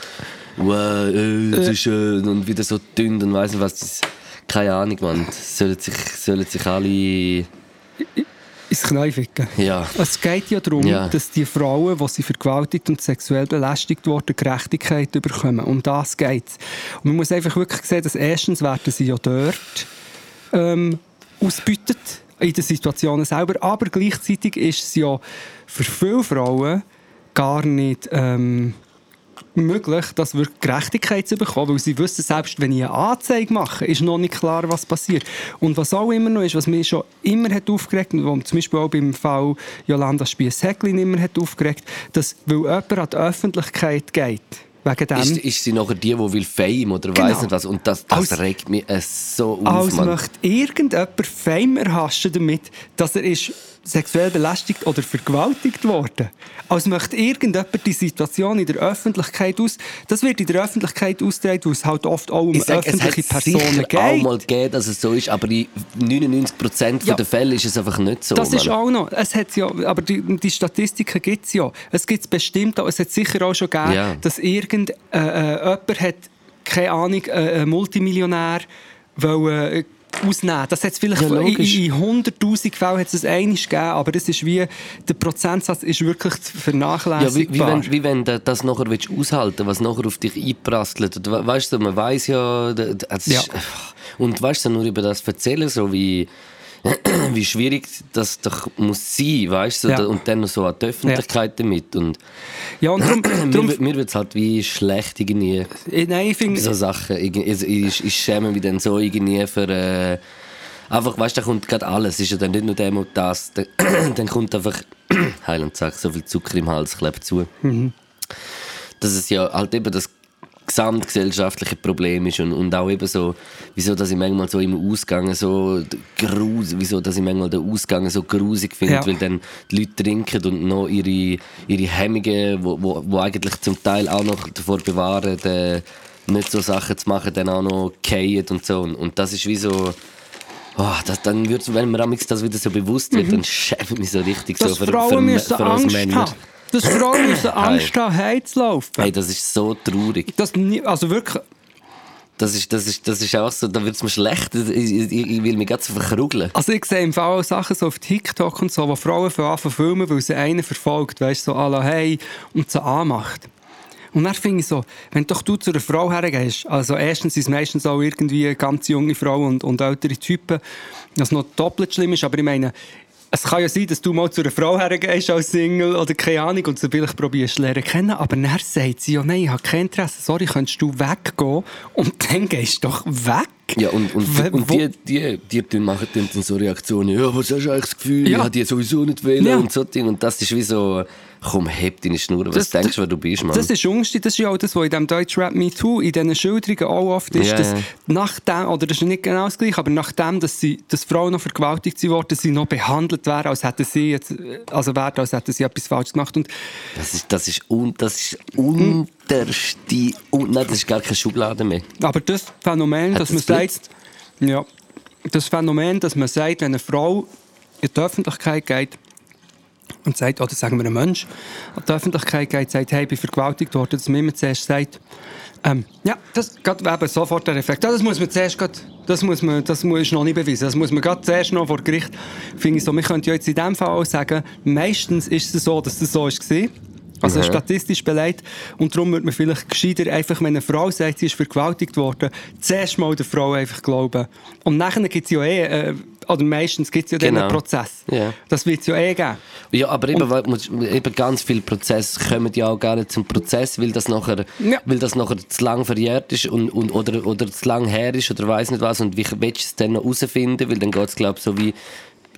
Speaker 2: wow äh, das ist äh, und wieder so dünn und weiss nicht was, das, keine Ahnung, man. Sollen sich, sollen sich alle...
Speaker 3: ins Knie ficken.
Speaker 2: Ja.
Speaker 3: Es geht ja darum,
Speaker 2: Ja.
Speaker 3: dass die Frauen, die sie vergewaltigt und sexuell belästigt wurden, Gerechtigkeit bekommen. Um das geht es. Und man muss einfach wirklich sehen, dass erstens werden sie ja dort ähm, ausbeutet, in den Situationen selber, aber gleichzeitig ist es ja für viele Frauen gar nicht... Ähm, möglich, dass wir Gerechtigkeit zu bekommen, weil sie wissen, selbst wenn ich eine Anzeige mache, ist noch nicht klar, was passiert. Und was auch immer noch ist, was mich schon immer hat aufgeregt und was zum Beispiel auch beim Fall Jolanda Spiess-Häcklin immer hat aufgeregt, dass, weil jemand an die Öffentlichkeit geht, wegen dem...
Speaker 2: Ist, ist sie nachher die, die will Fame oder
Speaker 3: Genau.
Speaker 2: weiss nicht was? Und das, das
Speaker 3: Als-
Speaker 2: regt mich äh, so auf,
Speaker 3: Als
Speaker 2: man.
Speaker 3: Also möchte irgendjemand Fame erhaschen damit, dass er ist sexuell belästigt oder vergewaltigt worden. Als möchte irgendjemand die Situation in der Öffentlichkeit aus. Das wird in der Öffentlichkeit ausgetragen, weil es halt oft auch um
Speaker 2: Ich sag, es hat
Speaker 3: öffentliche Personen
Speaker 2: sicher auch
Speaker 3: geht.
Speaker 2: mal gegeben, dass es so ist, aber in 99%
Speaker 3: Ja.
Speaker 2: der Fälle ist es einfach nicht so.
Speaker 3: Das ist
Speaker 2: Mann.
Speaker 3: auch noch. Es hat's ja, aber die, die Statistiken gibt es ja. Es gibt es bestimmt auch. Es hat sicher auch schon gegeben,
Speaker 2: Ja.
Speaker 3: dass irgend äh, äh, jemand hat, keine Ahnung, äh, ein Multimillionär will, äh, ausnehmen. Das hat es vielleicht
Speaker 2: Ja,
Speaker 3: in, in
Speaker 2: logisch.
Speaker 3: in 100'000 Fällen hat's es einmal gegeben, aber das ist wie, der Prozentsatz ist wirklich
Speaker 2: Ja, wie, wie,
Speaker 3: vernachlässigbar.
Speaker 2: wenn, wie wenn du das nachher willst aushalten willst, was nachher auf dich einprasselt. Oder we- Weißt du, man weiß ja, d- d- es
Speaker 3: Ja.
Speaker 2: Ist, und weißt du, nur über das erzählen, so wie, [clears throat] wie schwierig das doch muss sein, weißt du,
Speaker 3: Ja.
Speaker 2: und dann noch so an die Öffentlichkeit damit. Und
Speaker 3: ja, und
Speaker 2: [clears throat]
Speaker 3: darum,
Speaker 2: mir,
Speaker 3: darum
Speaker 2: wird- mir wird es halt wie schlecht irgendwie.
Speaker 3: äh, nein, ich finde,
Speaker 2: so Sachen. Ich, ich, ich, ich schäme mich dann so irgendwie für. Äh, einfach, weißt du, da kommt gerade alles. Ist ja dann nicht nur dem und das. Dann, [clears throat] dann kommt einfach. [clears throat] Heil und Zack, so viel Zucker im Hals klebt zu. Dass es ja halt eben das gesamtgesellschaftliche Problem ist und, und auch eben so, wieso dass ich manchmal so im Ausgang so d- grus, wieso dass ich manchmal den Ausgang so grusig finde,
Speaker 3: Ja.
Speaker 2: weil dann die Leute trinken und noch ihre, ihre Hemmungen, wo, wo, wo eigentlich zum Teil auch noch davor bewahren, äh, nicht so Sachen zu machen, dann auch noch fallen und so. Und, und das ist wie so... Oh, das, dann wird, wenn mir amigs das wieder so bewusst wird, dann schäme ich mich so richtig
Speaker 3: Mhm. dass
Speaker 2: so für, für,
Speaker 3: Frauen müssen
Speaker 2: für uns
Speaker 3: Angst
Speaker 2: Männer.
Speaker 3: haben. Dass Frauen müssen Angst haben, heimzulaufen.
Speaker 2: Hey, das ist so traurig.
Speaker 3: Das, nie- also wirklich...
Speaker 2: Das ist, das ist, das ist auch so, da wird es mir schlecht. Ich, ich, ich will mich ganz so verkrugeln.
Speaker 3: Also ich sehe im Fall auch Sachen so auf TikTok und so, wo Frauen von Anfang filmen, weil sie einen verfolgt, weißt so à la hey, und sie anmacht. Und dann finde ich so, wenn doch du zu einer Frau hergehst, also erstens sind es meistens auch irgendwie ganz junge Frauen und, und ältere Typen, was noch doppelt schlimm ist, aber ich meine, es kann ja sein, dass du mal zu einer Frau hergehst als Single oder keine Ahnung und sie vielleicht probierst zu lernen kennen, aber dann sagt sie, ja nein, ich habe kein Interesse, sorry, könntest du weggehen? Und dann gehst du doch weg.
Speaker 2: Ja, und, und,
Speaker 3: Wo-
Speaker 2: und
Speaker 3: wo-
Speaker 2: die, die, die, die machen dann so Reaktionen, ja, was hast du eigentlich das Gefühl,
Speaker 3: Ja.
Speaker 2: ich habe die sowieso nicht wählen
Speaker 3: Ja.
Speaker 2: und so Ding. Und das ist wie so, komm, heb deine Schnur, was
Speaker 3: Das-
Speaker 2: denkst du, wer du bist, Mann?
Speaker 3: Das ist Jungste, das ist ja auch das, was in dem Deutschrap Me Too in diesen Schilderungen auch oft ist,
Speaker 2: Ja,
Speaker 3: dass
Speaker 2: ja.
Speaker 3: nachdem, oder das ist nicht genau das Gleiche, aber nachdem, dass, sie, dass Frauen noch vergewaltigt wurden, sie noch behandelt wären, als hätten sie, jetzt, also werden, als hätten sie etwas falsch gemacht. Und
Speaker 2: Das ist, das ist, un, das ist unterste, un, nein, das ist gar keine Schublade mehr.
Speaker 3: Aber das Phänomen,
Speaker 2: Hat
Speaker 3: dass man
Speaker 2: das
Speaker 3: sagt, ja, das Phänomen, dass man sagt, wenn eine Frau in die Öffentlichkeit geht und sagt, oder sagen wir ein Mensch, an die Öffentlichkeit geht und sagt, hey, ich bin vergewaltigt worden, dass man immer zuerst sagt, ähm, ja, das geht eben sofort der Effekt. Ja, das muss man zuerst grad, das muss man, das muss noch nicht beweisen. Das muss man gerade zuerst noch vor Gericht. Finde ich so, wir könnten ja jetzt in dem Fall auch sagen, meistens ist es so, dass es so war. Also
Speaker 2: Mhm.
Speaker 3: statistisch beleidigt. Und darum würde man vielleicht gescheiter einfach, wenn eine Frau sagt, sie ist vergewaltigt worden, zuerst mal der Frau einfach glauben. Und nachher gibt es ja eh, äh, oder meistens gibt es ja
Speaker 2: Genau.
Speaker 3: den Prozess.
Speaker 2: Ja.
Speaker 3: Das wird es ja eh geben.
Speaker 2: Ja, aber eben, weil, muss- eben ganz viele Prozesse kommen ja auch gar nicht zum Prozess, weil das nachher,
Speaker 3: Ja.
Speaker 2: weil das nachher zu lang verjährt ist und, und, oder, oder zu lang her ist oder weiß nicht was. Und wie willst du es dann noch herausfinden? Weil dann geht es, glaube ich, so wie.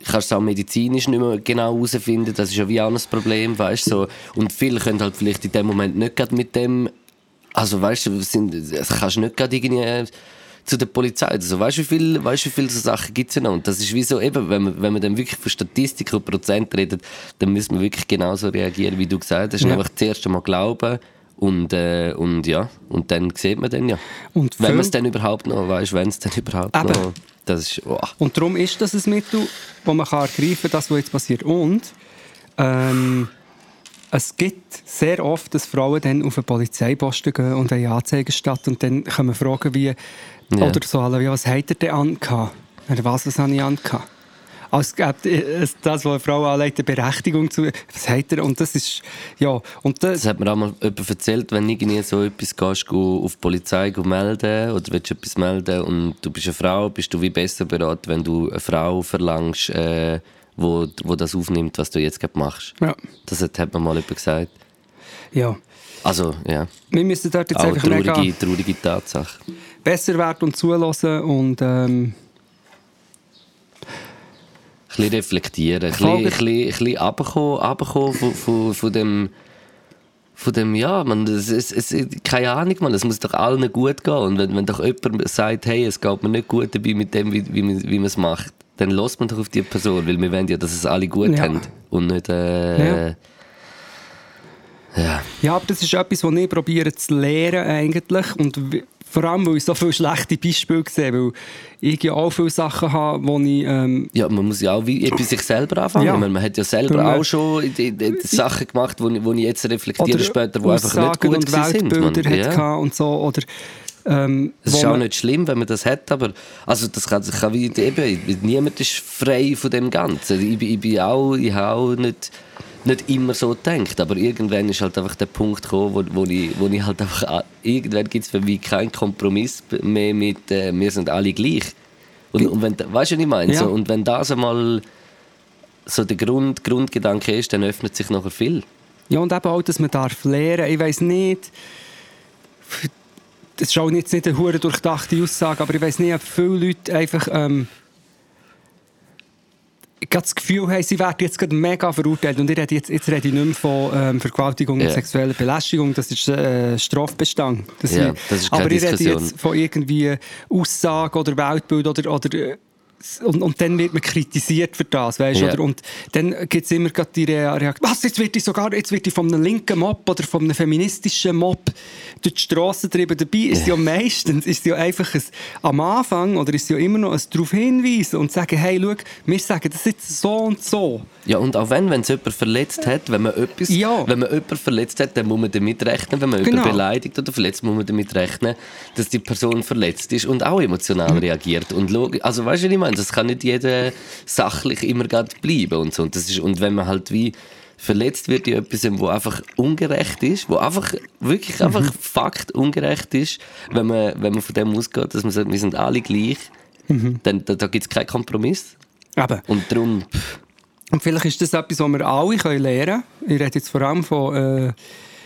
Speaker 2: Kannst du es auch medizinisch nicht mehr genau herausfinden, das ist ja wie auch ein Problem, weißt du. So. Und viele können halt vielleicht in dem Moment nicht gerade mit dem. Also, weißt du, es sind, es kannst nicht gerade irgendwie äh, zu der Polizei. Also, weißt du, wie viele weißt, du, wie viel so Sachen gibt es ja noch? Und das ist wie so, eben, wenn man, wenn man dann wirklich von Statistik und Prozent redet, dann müssen wir wirklich genauso reagieren, wie du gesagt hast. Nämlich zuerst einmal glauben und, äh, und ja, und dann sieht man dann ja.
Speaker 3: Und
Speaker 2: wenn man es
Speaker 3: viel-
Speaker 2: dann überhaupt noch weiß, wenn es dann überhaupt
Speaker 3: Eben.
Speaker 2: noch. Das ist. Oh.
Speaker 3: Und darum ist das ein Mittel, das man kann ergreifen kann, das, was jetzt passiert. Und ähm, es gibt sehr oft, dass Frauen dann auf einen Polizeiposten gehen und eine Anzeige statt und dann können wir fragen, wie, oder so, alle, wie, was hat er denn an? Oder was, was habe ich an? Als gäbe es das, was eine Frau anlegt, eine Berechtigung zu. Was hat er? Und das ist, ja, und das,
Speaker 2: Das hat mir auch mal jemand erzählt, wenn irgendwie so etwas gehst, go auf die Polizei go melden oder willst etwas melden und du bist eine Frau, bist du wie besser beraten, wenn du eine Frau verlangst, äh, wo, wo das aufnimmt, was du jetzt gerade machst.
Speaker 3: ja,
Speaker 2: Das hat, hat mir mal jemand gesagt.
Speaker 3: ja.
Speaker 2: Also, ja.
Speaker 3: Wir müssen dort jetzt
Speaker 2: Auch eine
Speaker 3: einfach mega
Speaker 2: traurige, traurige Tatsache.
Speaker 3: besser werden und zulassen und ähm,
Speaker 2: Ein bisschen reflektieren, ein bisschen, ein
Speaker 3: Folge-
Speaker 2: bisschen, ein bisschen runterkommen, runterkommen von, von, von dem... Von dem, ja, man, es, es, es, keine Ahnung, man, es muss doch allen gut gehen. Und wenn, wenn doch jemand sagt, hey, es geht mir nicht gut dabei mit dem, wie, wie, man- wie man es macht, dann lässt man doch auf die Person, weil wir wollen ja, dass es alle gut
Speaker 3: Ja.
Speaker 2: haben und nicht, äh, ja.
Speaker 3: Ja, aber das ist etwas, was ich probiere zu lernen eigentlich und w- vor allem, weil ich so viele schlechte Beispiele sehe, weil ich ja auch viele Sachen habe, wo ich... Ähm,
Speaker 2: man muss ja auch wie, bei sich selber anfangen.
Speaker 3: Ja.
Speaker 2: Ich meine, man hat ja selber
Speaker 3: Weil man-
Speaker 2: auch schon in- in- in Sachen gemacht, wo, ich- wo ich jetzt reflektiere später, die einfach nicht
Speaker 3: Aussagen
Speaker 2: gut
Speaker 3: und
Speaker 2: gewesen sind.
Speaker 3: Weltbilder
Speaker 2: Mann.
Speaker 3: hatte und so, oder... Ähm,
Speaker 2: Es
Speaker 3: wo
Speaker 2: ist auch
Speaker 3: man-
Speaker 2: nicht schlimm, wenn man das hat, aber also das kann, das kann wie, eben, niemand ist frei von dem Ganzen. Ich, bin- ich bin auch, ich habe auch nicht, nicht immer so gedacht, aber irgendwann ist halt einfach der Punkt gekommen, wo, wo, ich, wo ich halt einfach, a- irgendwann gibt es für mich keinen Kompromiss mehr mit, äh, wir sind alle gleich. Und, und wenn, weißt du, was ich meine?
Speaker 3: Ja.
Speaker 2: So, und wenn das einmal so der Grund, Grundgedanke ist, dann öffnet sich nachher viel.
Speaker 3: Ja, und eben auch, dass man darf lernen. Ich weiß nicht, das ist auch jetzt nicht eine hure durchdachte Aussage, aber ich weiß nicht, ob viele Leute einfach ähm, gerade das Gefühl haben, sie werden jetzt gerade mega verurteilt. Und ich rede jetzt, jetzt rede ich nicht mehr von ähm, Vergewaltigung
Speaker 2: Ja.
Speaker 3: und sexueller Belästigung, das ist äh, Strafbestand. Das
Speaker 2: Ja, das ist keine
Speaker 3: aber ich rede
Speaker 2: Diskussion.
Speaker 3: jetzt von irgendwie Aussage oder Weltbild oder, oder äh, und, und dann wird man kritisiert für das, weißt du?
Speaker 2: Ja.
Speaker 3: oder? Und dann gibt es immer gerade die Re- Reaktion, was, jetzt wird ich sogar jetzt wird ich von einem linken Mob oder von einem feministischen Mob durch die Straße treiben. Dabei ist ja meistens, ist ja einfach ein, am Anfang oder ist ja immer noch ein darauf hinweisen und sagen, hey, schau, wir sagen das jetzt so und so.
Speaker 2: Ja, und auch wenn, wenn es jemand verletzt hat, wenn man etwas,
Speaker 3: Ja.
Speaker 2: wenn man jemanden verletzt hat, dann muss man damit rechnen. Wenn man
Speaker 3: Genau.
Speaker 2: jemanden beleidigt oder verletzt, muss man damit rechnen, dass die Person verletzt ist und auch emotional
Speaker 3: Mhm.
Speaker 2: reagiert. Und log- also weißt du, was ich meine? Das kann nicht jeder sachlich immer gerade bleiben und so. Und, das ist, und wenn man halt wie verletzt wird in etwas, wo einfach ungerecht ist, wo einfach wirklich
Speaker 3: Mhm.
Speaker 2: einfach Fakt ungerecht ist, wenn man, wenn man von dem ausgeht, dass man sagt, wir sind alle gleich,
Speaker 3: Mhm.
Speaker 2: dann da, da gibt es keinen Kompromiss.
Speaker 3: Eben.
Speaker 2: Und darum...
Speaker 3: Und vielleicht ist das etwas, was wir alle können lernen können. Ich rede jetzt vor allem von äh,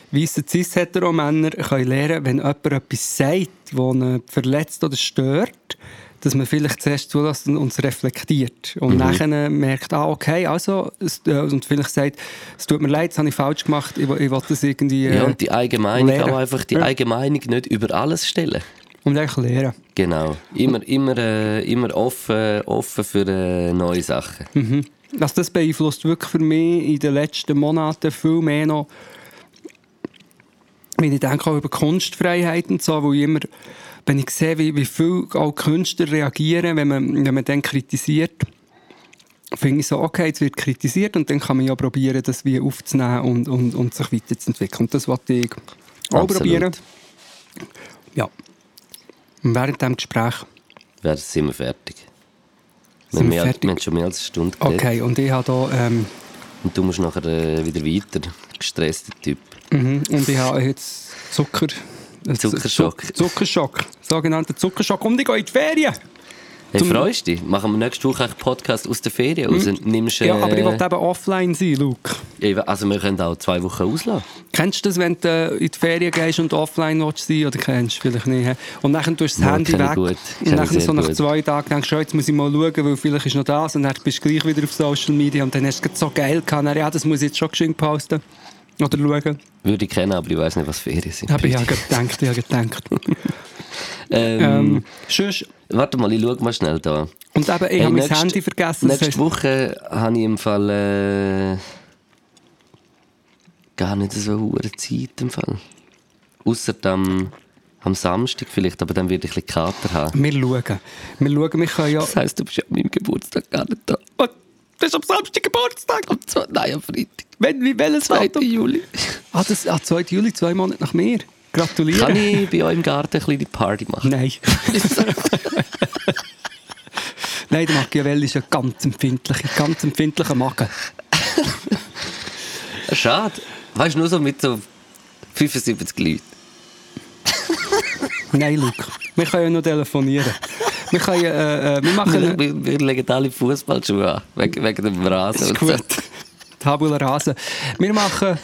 Speaker 3: weissen Cis-Hetero-Männern, können lernen, wenn jemand etwas sagt, das ihn verletzt oder stört, dass man vielleicht zuerst zulässt und, und es reflektiert.
Speaker 2: Mhm.
Speaker 3: Und nachher merkt, ah, okay, also, es, äh, und vielleicht sagt, es tut mir leid, das habe ich falsch gemacht, ich, will- ich will das irgendwie äh,
Speaker 2: Ja, und die allgemeine,
Speaker 3: Lehren.
Speaker 2: auch einfach die
Speaker 3: Ja.
Speaker 2: allgemeine nicht über alles stellen.
Speaker 3: und einfach lernen.
Speaker 2: Genau. Immer, immer, äh, immer offen, offen für äh, neue Sachen.
Speaker 3: Also das beeinflusst wirklich für mich in den letzten Monaten viel mehr noch, wenn ich denke auch über Kunstfreiheit und so, wo ich immer, wenn ich sehe, wie, wie viel auch Künstler reagieren, wenn man, wenn man dann kritisiert, finde ich so, okay, jetzt wird kritisiert und dann kann man ja probieren, das wie aufzunehmen und, und, und sich weiterzuentwickeln. Und das wollte ich auch
Speaker 2: Absolut.
Speaker 3: probieren. Ja. Und während dem Gespräch,
Speaker 2: Dann sind wir fertig.
Speaker 3: Sind wir
Speaker 2: mehr,
Speaker 3: fertig?
Speaker 2: wir haben schon mehr als eine Stunde geredet.
Speaker 3: okay, und ich habe da... Ähm,
Speaker 2: Und du musst nachher äh, wieder weiter. Gestresster Typ.
Speaker 3: Mhm. Und ich habe jetzt Zucker.
Speaker 2: Zuckerschock.
Speaker 3: Zuck- Zuckerschock. Sogenannter Zuckerschock. Und ich gehe in die Ferien.
Speaker 2: Hey,
Speaker 3: Zum-
Speaker 2: freust du dich? Machen wir nächste Woche einen Podcast aus der Ferien raus und nimmst... Äh,
Speaker 3: Hm. Ja, aber ich will eben offline sein, Luke.
Speaker 2: eben, Also wir können auch zwei Wochen auslassen.
Speaker 3: Kennst du das, wenn du äh, in die Ferien gehst und offline willst sein Oder kennst du vielleicht nicht? hä? Und dann tust du das
Speaker 2: Nein,
Speaker 3: Handy
Speaker 2: kenne ich
Speaker 3: weg.
Speaker 2: gut.
Speaker 3: Und
Speaker 2: Kenne
Speaker 3: dann
Speaker 2: ich sehr
Speaker 3: so nach
Speaker 2: gut.
Speaker 3: zwei Tagen denkst du, oh, jetzt muss ich mal schauen, weil vielleicht ist noch das. Und dann bist du gleich wieder auf Social Media. Und dann hast du es so geil gehabt. Dann, ja, das muss ich jetzt schon geschwind posten. Oder schauen.
Speaker 2: Würde ich kennen, aber ich weiß nicht, was Ferien sind.
Speaker 3: Da habe ich ja gedacht, ich habe gedacht.
Speaker 2: [laughs] Ähm,
Speaker 3: ähm, tschüss.
Speaker 2: Warte mal, ich schau mal schnell da.
Speaker 3: Und eben, ich
Speaker 2: Hey,
Speaker 3: habe mein
Speaker 2: nächst-
Speaker 3: Handy vergessen. das
Speaker 2: Nächste
Speaker 3: heisst-
Speaker 2: Woche habe ich im Fall äh, gar nicht so hohe Zeit im Fall. Außer am, am Samstag vielleicht, aber dann werde ich ein bisschen Kater haben.
Speaker 3: Wir schauen. Wir schauen, wir können ja...
Speaker 2: Das heisst, du bist ja an meinem Geburtstag gar nicht da.
Speaker 3: Was? Das ist am Samstag Geburtstag.
Speaker 2: Am zwei, nein, am Freitag.
Speaker 3: Wenn, wie welches
Speaker 2: 2.
Speaker 3: Datum?
Speaker 2: Juli.
Speaker 3: Ah, das ah, 2. Juli, zwei Monate nach mir. Gratuliere.
Speaker 2: Kann ich bei euch im Garten eine kleine Party [laughs] machen?
Speaker 3: Nein. [laughs] Nein, der Machiavelli ist ein ganz empfindlicher, ganz empfindlicher Magen.
Speaker 2: Schade. Weißt du, nur so mit so 75 Leuten.
Speaker 3: Nein, Luke. Wir können ja noch telefonieren. Wir können, äh, äh, wir
Speaker 2: Wir,
Speaker 3: machen...
Speaker 2: wir, wir legen alle Fußballschuhe an, wegen, wegen dem Rasen.
Speaker 3: Ist
Speaker 2: und so.
Speaker 3: gut. Tabula Rasa. Wir machen...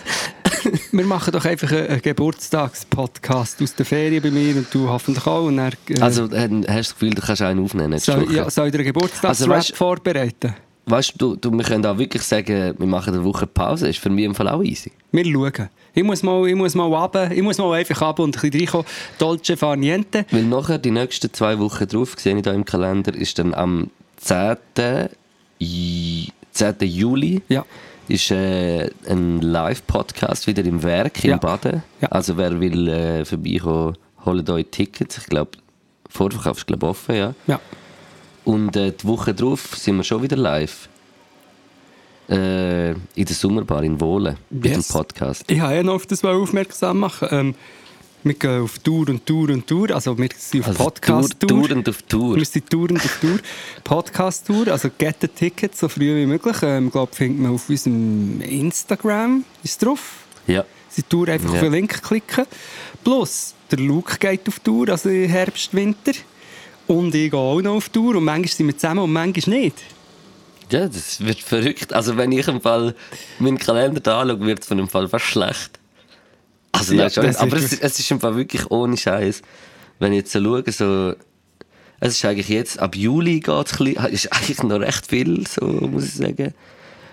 Speaker 3: Wir machen doch einfach einen einen Geburtstagspodcast aus der Ferien bei mir und du hoffentlich auch. Und dann, äh,
Speaker 2: Also, äh, hast du das Gefühl, du kannst einen aufnehmen? nächste
Speaker 3: Soll,
Speaker 2: Woche?
Speaker 3: ja, soll ich dir einen Geburtstagsrap
Speaker 2: Also, weißt-
Speaker 3: vorbereiten?
Speaker 2: Weißt du, du, wir können auch wirklich sagen, wir machen eine Woche Pause. Ist für mich im Fall auch easy.
Speaker 3: Wir schauen. Ich muss mal, ich muss mal runter, ich muss mal einfach ab und ein bisschen reinkommen. Dolce far niente.
Speaker 2: Weil nachher, die nächsten zwei Wochen drauf, sehe ich da im Kalender, ist dann am 10. Ju- 10. Juli
Speaker 3: Ja.
Speaker 2: ist äh, ein Live-Podcast wieder im Werk
Speaker 3: Ja.
Speaker 2: in Baden.
Speaker 3: Ja.
Speaker 2: Also wer will äh, vorbeikommen, holt euch Tickets. Ich glaube, Vorverkauf ist glaub, offen, ja.
Speaker 3: Ja.
Speaker 2: Und äh, die Woche drauf sind wir schon wieder live. Äh, in der Sommerbar in Wohlen mit
Speaker 3: Yes.
Speaker 2: dem Podcast.
Speaker 3: Ich habe eh noch auf das mal aufmerksam machen. Ähm, wir gehen auf Tour und Tour und Tour. Also wir sind auf Podcast-Tour.
Speaker 2: Tour, Tour und Also, auf Tour.
Speaker 3: Wir sind Touren auf Tour. Podcast-Tour, also get the Tickets so früh wie möglich. Ähm, glaube, findet man auf unserem Instagram. Ist drauf.
Speaker 2: Ja.
Speaker 3: Sie Tour einfach
Speaker 2: Ja.
Speaker 3: auf den Link klicken. Plus, der Luke geht auf Tour, also im Herbst, Winter. Und ich gehe auch noch auf Tour. Und manchmal sind wir zusammen und manchmal nicht.
Speaker 2: ja, das wird verrückt. Also wenn ich im Fall meinen Kalender da anschaue, wird es von dem Fall fast schlecht. Also
Speaker 3: Ja,
Speaker 2: nein, schon,
Speaker 3: das
Speaker 2: aber
Speaker 3: wird-
Speaker 2: es, es ist im Fall wirklich ohne Scheiß. Wenn ich jetzt so schaue, so, es ist eigentlich jetzt, ab Juli geht es ist eigentlich noch recht viel, so muss ich sagen.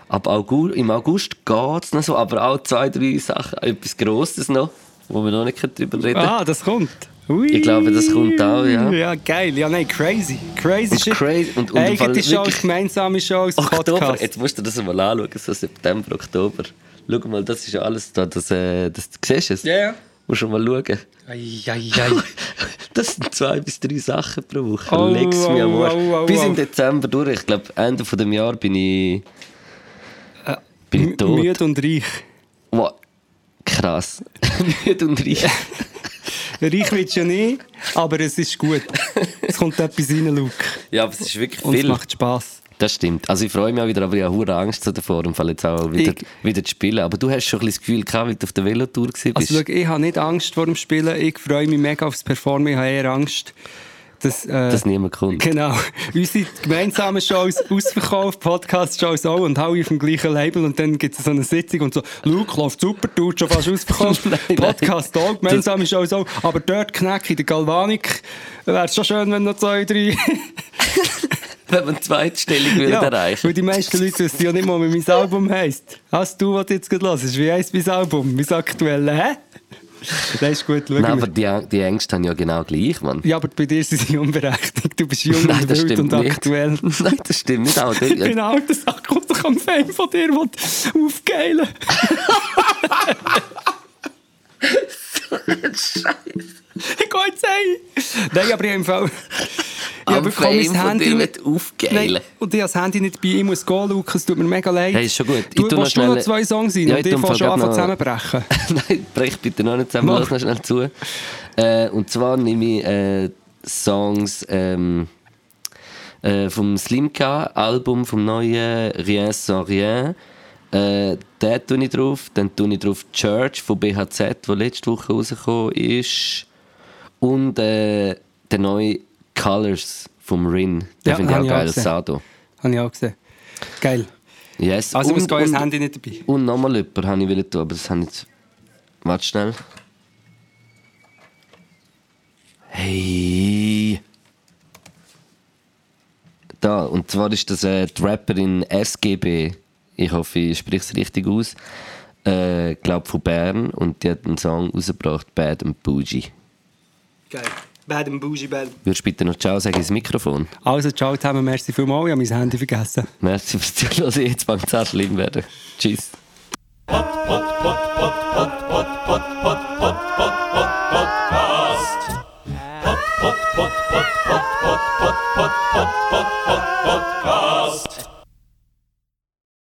Speaker 2: Ab August, Im August geht es noch so, aber auch zwei, drei Sachen, etwas Grosses noch, wo wir noch nicht drüber reden können.
Speaker 3: Ah, [laughs] das kommt. Ui.
Speaker 2: Ich glaube, das kommt auch, ja.
Speaker 3: Ja, geil. Ja, nein, crazy. Crazy
Speaker 2: Und
Speaker 3: shit.
Speaker 2: crazy- und- und im Fall
Speaker 3: Eigene Show,
Speaker 2: wirklich-
Speaker 3: gemeinsame Show,
Speaker 2: Oktober,
Speaker 3: Podcast.
Speaker 2: jetzt musst du das mal anschauen, so September, Oktober. Schau mal, das ist ja alles da, das, äh, das du siehst es.
Speaker 3: Ja, ja.
Speaker 2: Musst du mal schauen.
Speaker 3: Eieiei.
Speaker 2: [laughs] Das sind zwei bis drei Sachen pro Woche.
Speaker 3: Oh,
Speaker 2: Lex
Speaker 3: oh,
Speaker 2: mir am Arsch.
Speaker 3: oh, oh,
Speaker 2: Bis
Speaker 3: oh.
Speaker 2: im Dezember durch. Ich glaube, Ende von dem Jahr bin ich. bin ich tot.
Speaker 3: Äh, Müde und reich.
Speaker 2: Wow.
Speaker 3: [laughs]
Speaker 2: Krass. Müde und reich.
Speaker 3: Reich willst du ja nicht, aber es ist gut. Es kommt etwas rein, Luke.
Speaker 2: Ja, aber es ist wirklich
Speaker 3: Und es
Speaker 2: viel.
Speaker 3: macht Spass.
Speaker 2: Das stimmt. Also ich freue mich auch wieder, aber ich habe hure Angst so davor, im Fall jetzt auch wieder,
Speaker 3: Ich-
Speaker 2: wieder zu spielen. Aber du hast schon ein bisschen das Gefühl gehabt, weil du auf der Velotour warst.
Speaker 3: Also, schau, ich habe nicht Angst vor dem Spielen. Ich freue mich mega aufs Performen. Ich habe eher Angst, dass, äh,
Speaker 2: dass niemand kommt.
Speaker 3: Genau. [laughs] Unsere gemeinsamen Shows [laughs] ausverkauft, Podcast-Shows auch und alle auf dem gleichen Label. Und dann gibt es so eine Sitzung und so, Luke läuft super, tut schon fast
Speaker 2: [laughs]
Speaker 3: ausverkauft.
Speaker 2: Nein, nein.
Speaker 3: Podcast auch, gemeinsame Shows auch. Aber dort Knack in der Galvanik wäre es schon schön, wenn noch zwei, drei.
Speaker 2: [laughs] Wenn man die Zweitstellung [laughs] würde erreichen
Speaker 3: weil die meisten Leute wissen ja nicht mal, wie mein Album heisst. Hast du, was du jetzt gerade hörst? Wie heisst mein Album? Mein aktuelles, hä? Das ist gut, schau
Speaker 2: Nein,
Speaker 3: mal.
Speaker 2: aber die, Ang- die Ängste haben ja genau gleich, Mann. [laughs]
Speaker 3: Ja, aber bei dir sind sie [laughs] unberechtigt. Du bist jung
Speaker 2: Nein,
Speaker 3: und
Speaker 2: das
Speaker 3: wild und
Speaker 2: stimmt nicht.
Speaker 3: aktuell.
Speaker 2: Nein, das stimmt nicht.
Speaker 3: [laughs]
Speaker 2: Aber
Speaker 3: Ich bin alt, das kommt doch am Fan von dir, will
Speaker 2: [laughs]
Speaker 3: aufgeilen. Ich gehe jetzt ein. Nein, aber ich habe im Fall... Ich
Speaker 2: am
Speaker 3: habe wirklich
Speaker 2: Fame
Speaker 3: mein
Speaker 2: von
Speaker 3: Handy
Speaker 2: dir
Speaker 3: nicht...
Speaker 2: wird
Speaker 3: Nein,
Speaker 2: aufgeilen.
Speaker 3: und ich habe das Handy nicht bei ihm, muss gehen, Lukas, es tut mir mega leid.
Speaker 2: Hey, ist schon gut.
Speaker 3: Du,
Speaker 2: Ich tu noch
Speaker 3: willst du noch
Speaker 2: schnell-
Speaker 3: zwei Songs sein
Speaker 2: Ja,
Speaker 3: und
Speaker 2: ich
Speaker 3: ich
Speaker 2: tu im
Speaker 3: fährst
Speaker 2: Fall
Speaker 3: schon
Speaker 2: grad
Speaker 3: an,
Speaker 2: noch-
Speaker 3: zusammenbrechen.
Speaker 2: [laughs] Nein, brech bitte noch nicht zusammen,
Speaker 3: Mach.
Speaker 2: lass noch schnell zu. Äh, und zwar nehme ich äh, Songs ähm, äh, vom Slimka, Album vom neuen Rien sans Rien. Äh, den tue ich drauf. Dann tue ich drauf Church von BHZ, der letzte Woche rausgekommen ist. Und äh, der neue Colors vom Rin. Den
Speaker 3: Ja,
Speaker 2: finde ich
Speaker 3: hab
Speaker 2: auch
Speaker 3: ich auch
Speaker 2: geil,
Speaker 3: gesehen.
Speaker 2: Sado.
Speaker 3: Habe ich auch gesehen. Geil.
Speaker 2: Yes.
Speaker 3: Also muss
Speaker 2: und,
Speaker 3: gehen, das
Speaker 2: und,
Speaker 3: Handy nicht dabei.
Speaker 2: und nochmal jemanden habe ich wollen tun, aber das habe ich jetzt... Warte schnell. Hey. Da, und zwar ist das äh, die Rapperin SGB. Ich hoffe, ich spreche es richtig aus. Äh, glaube von Bern und die hat einen Song rausgebracht, Bad and Bougie.
Speaker 3: Geil. Bad and bougie, bad.
Speaker 2: Würdest du bitte noch Ciao sagen ins Mikrofon?
Speaker 3: Also, ciao zusammen, merci vielmals. Ich habe mein Handy vergessen.
Speaker 2: Merci fürs Zuhören, jetzt fängt es an schlimm werden. Tschüss.
Speaker 1: Pod, pod, pod, pod, pod, pod, pod, pod, pod, pod.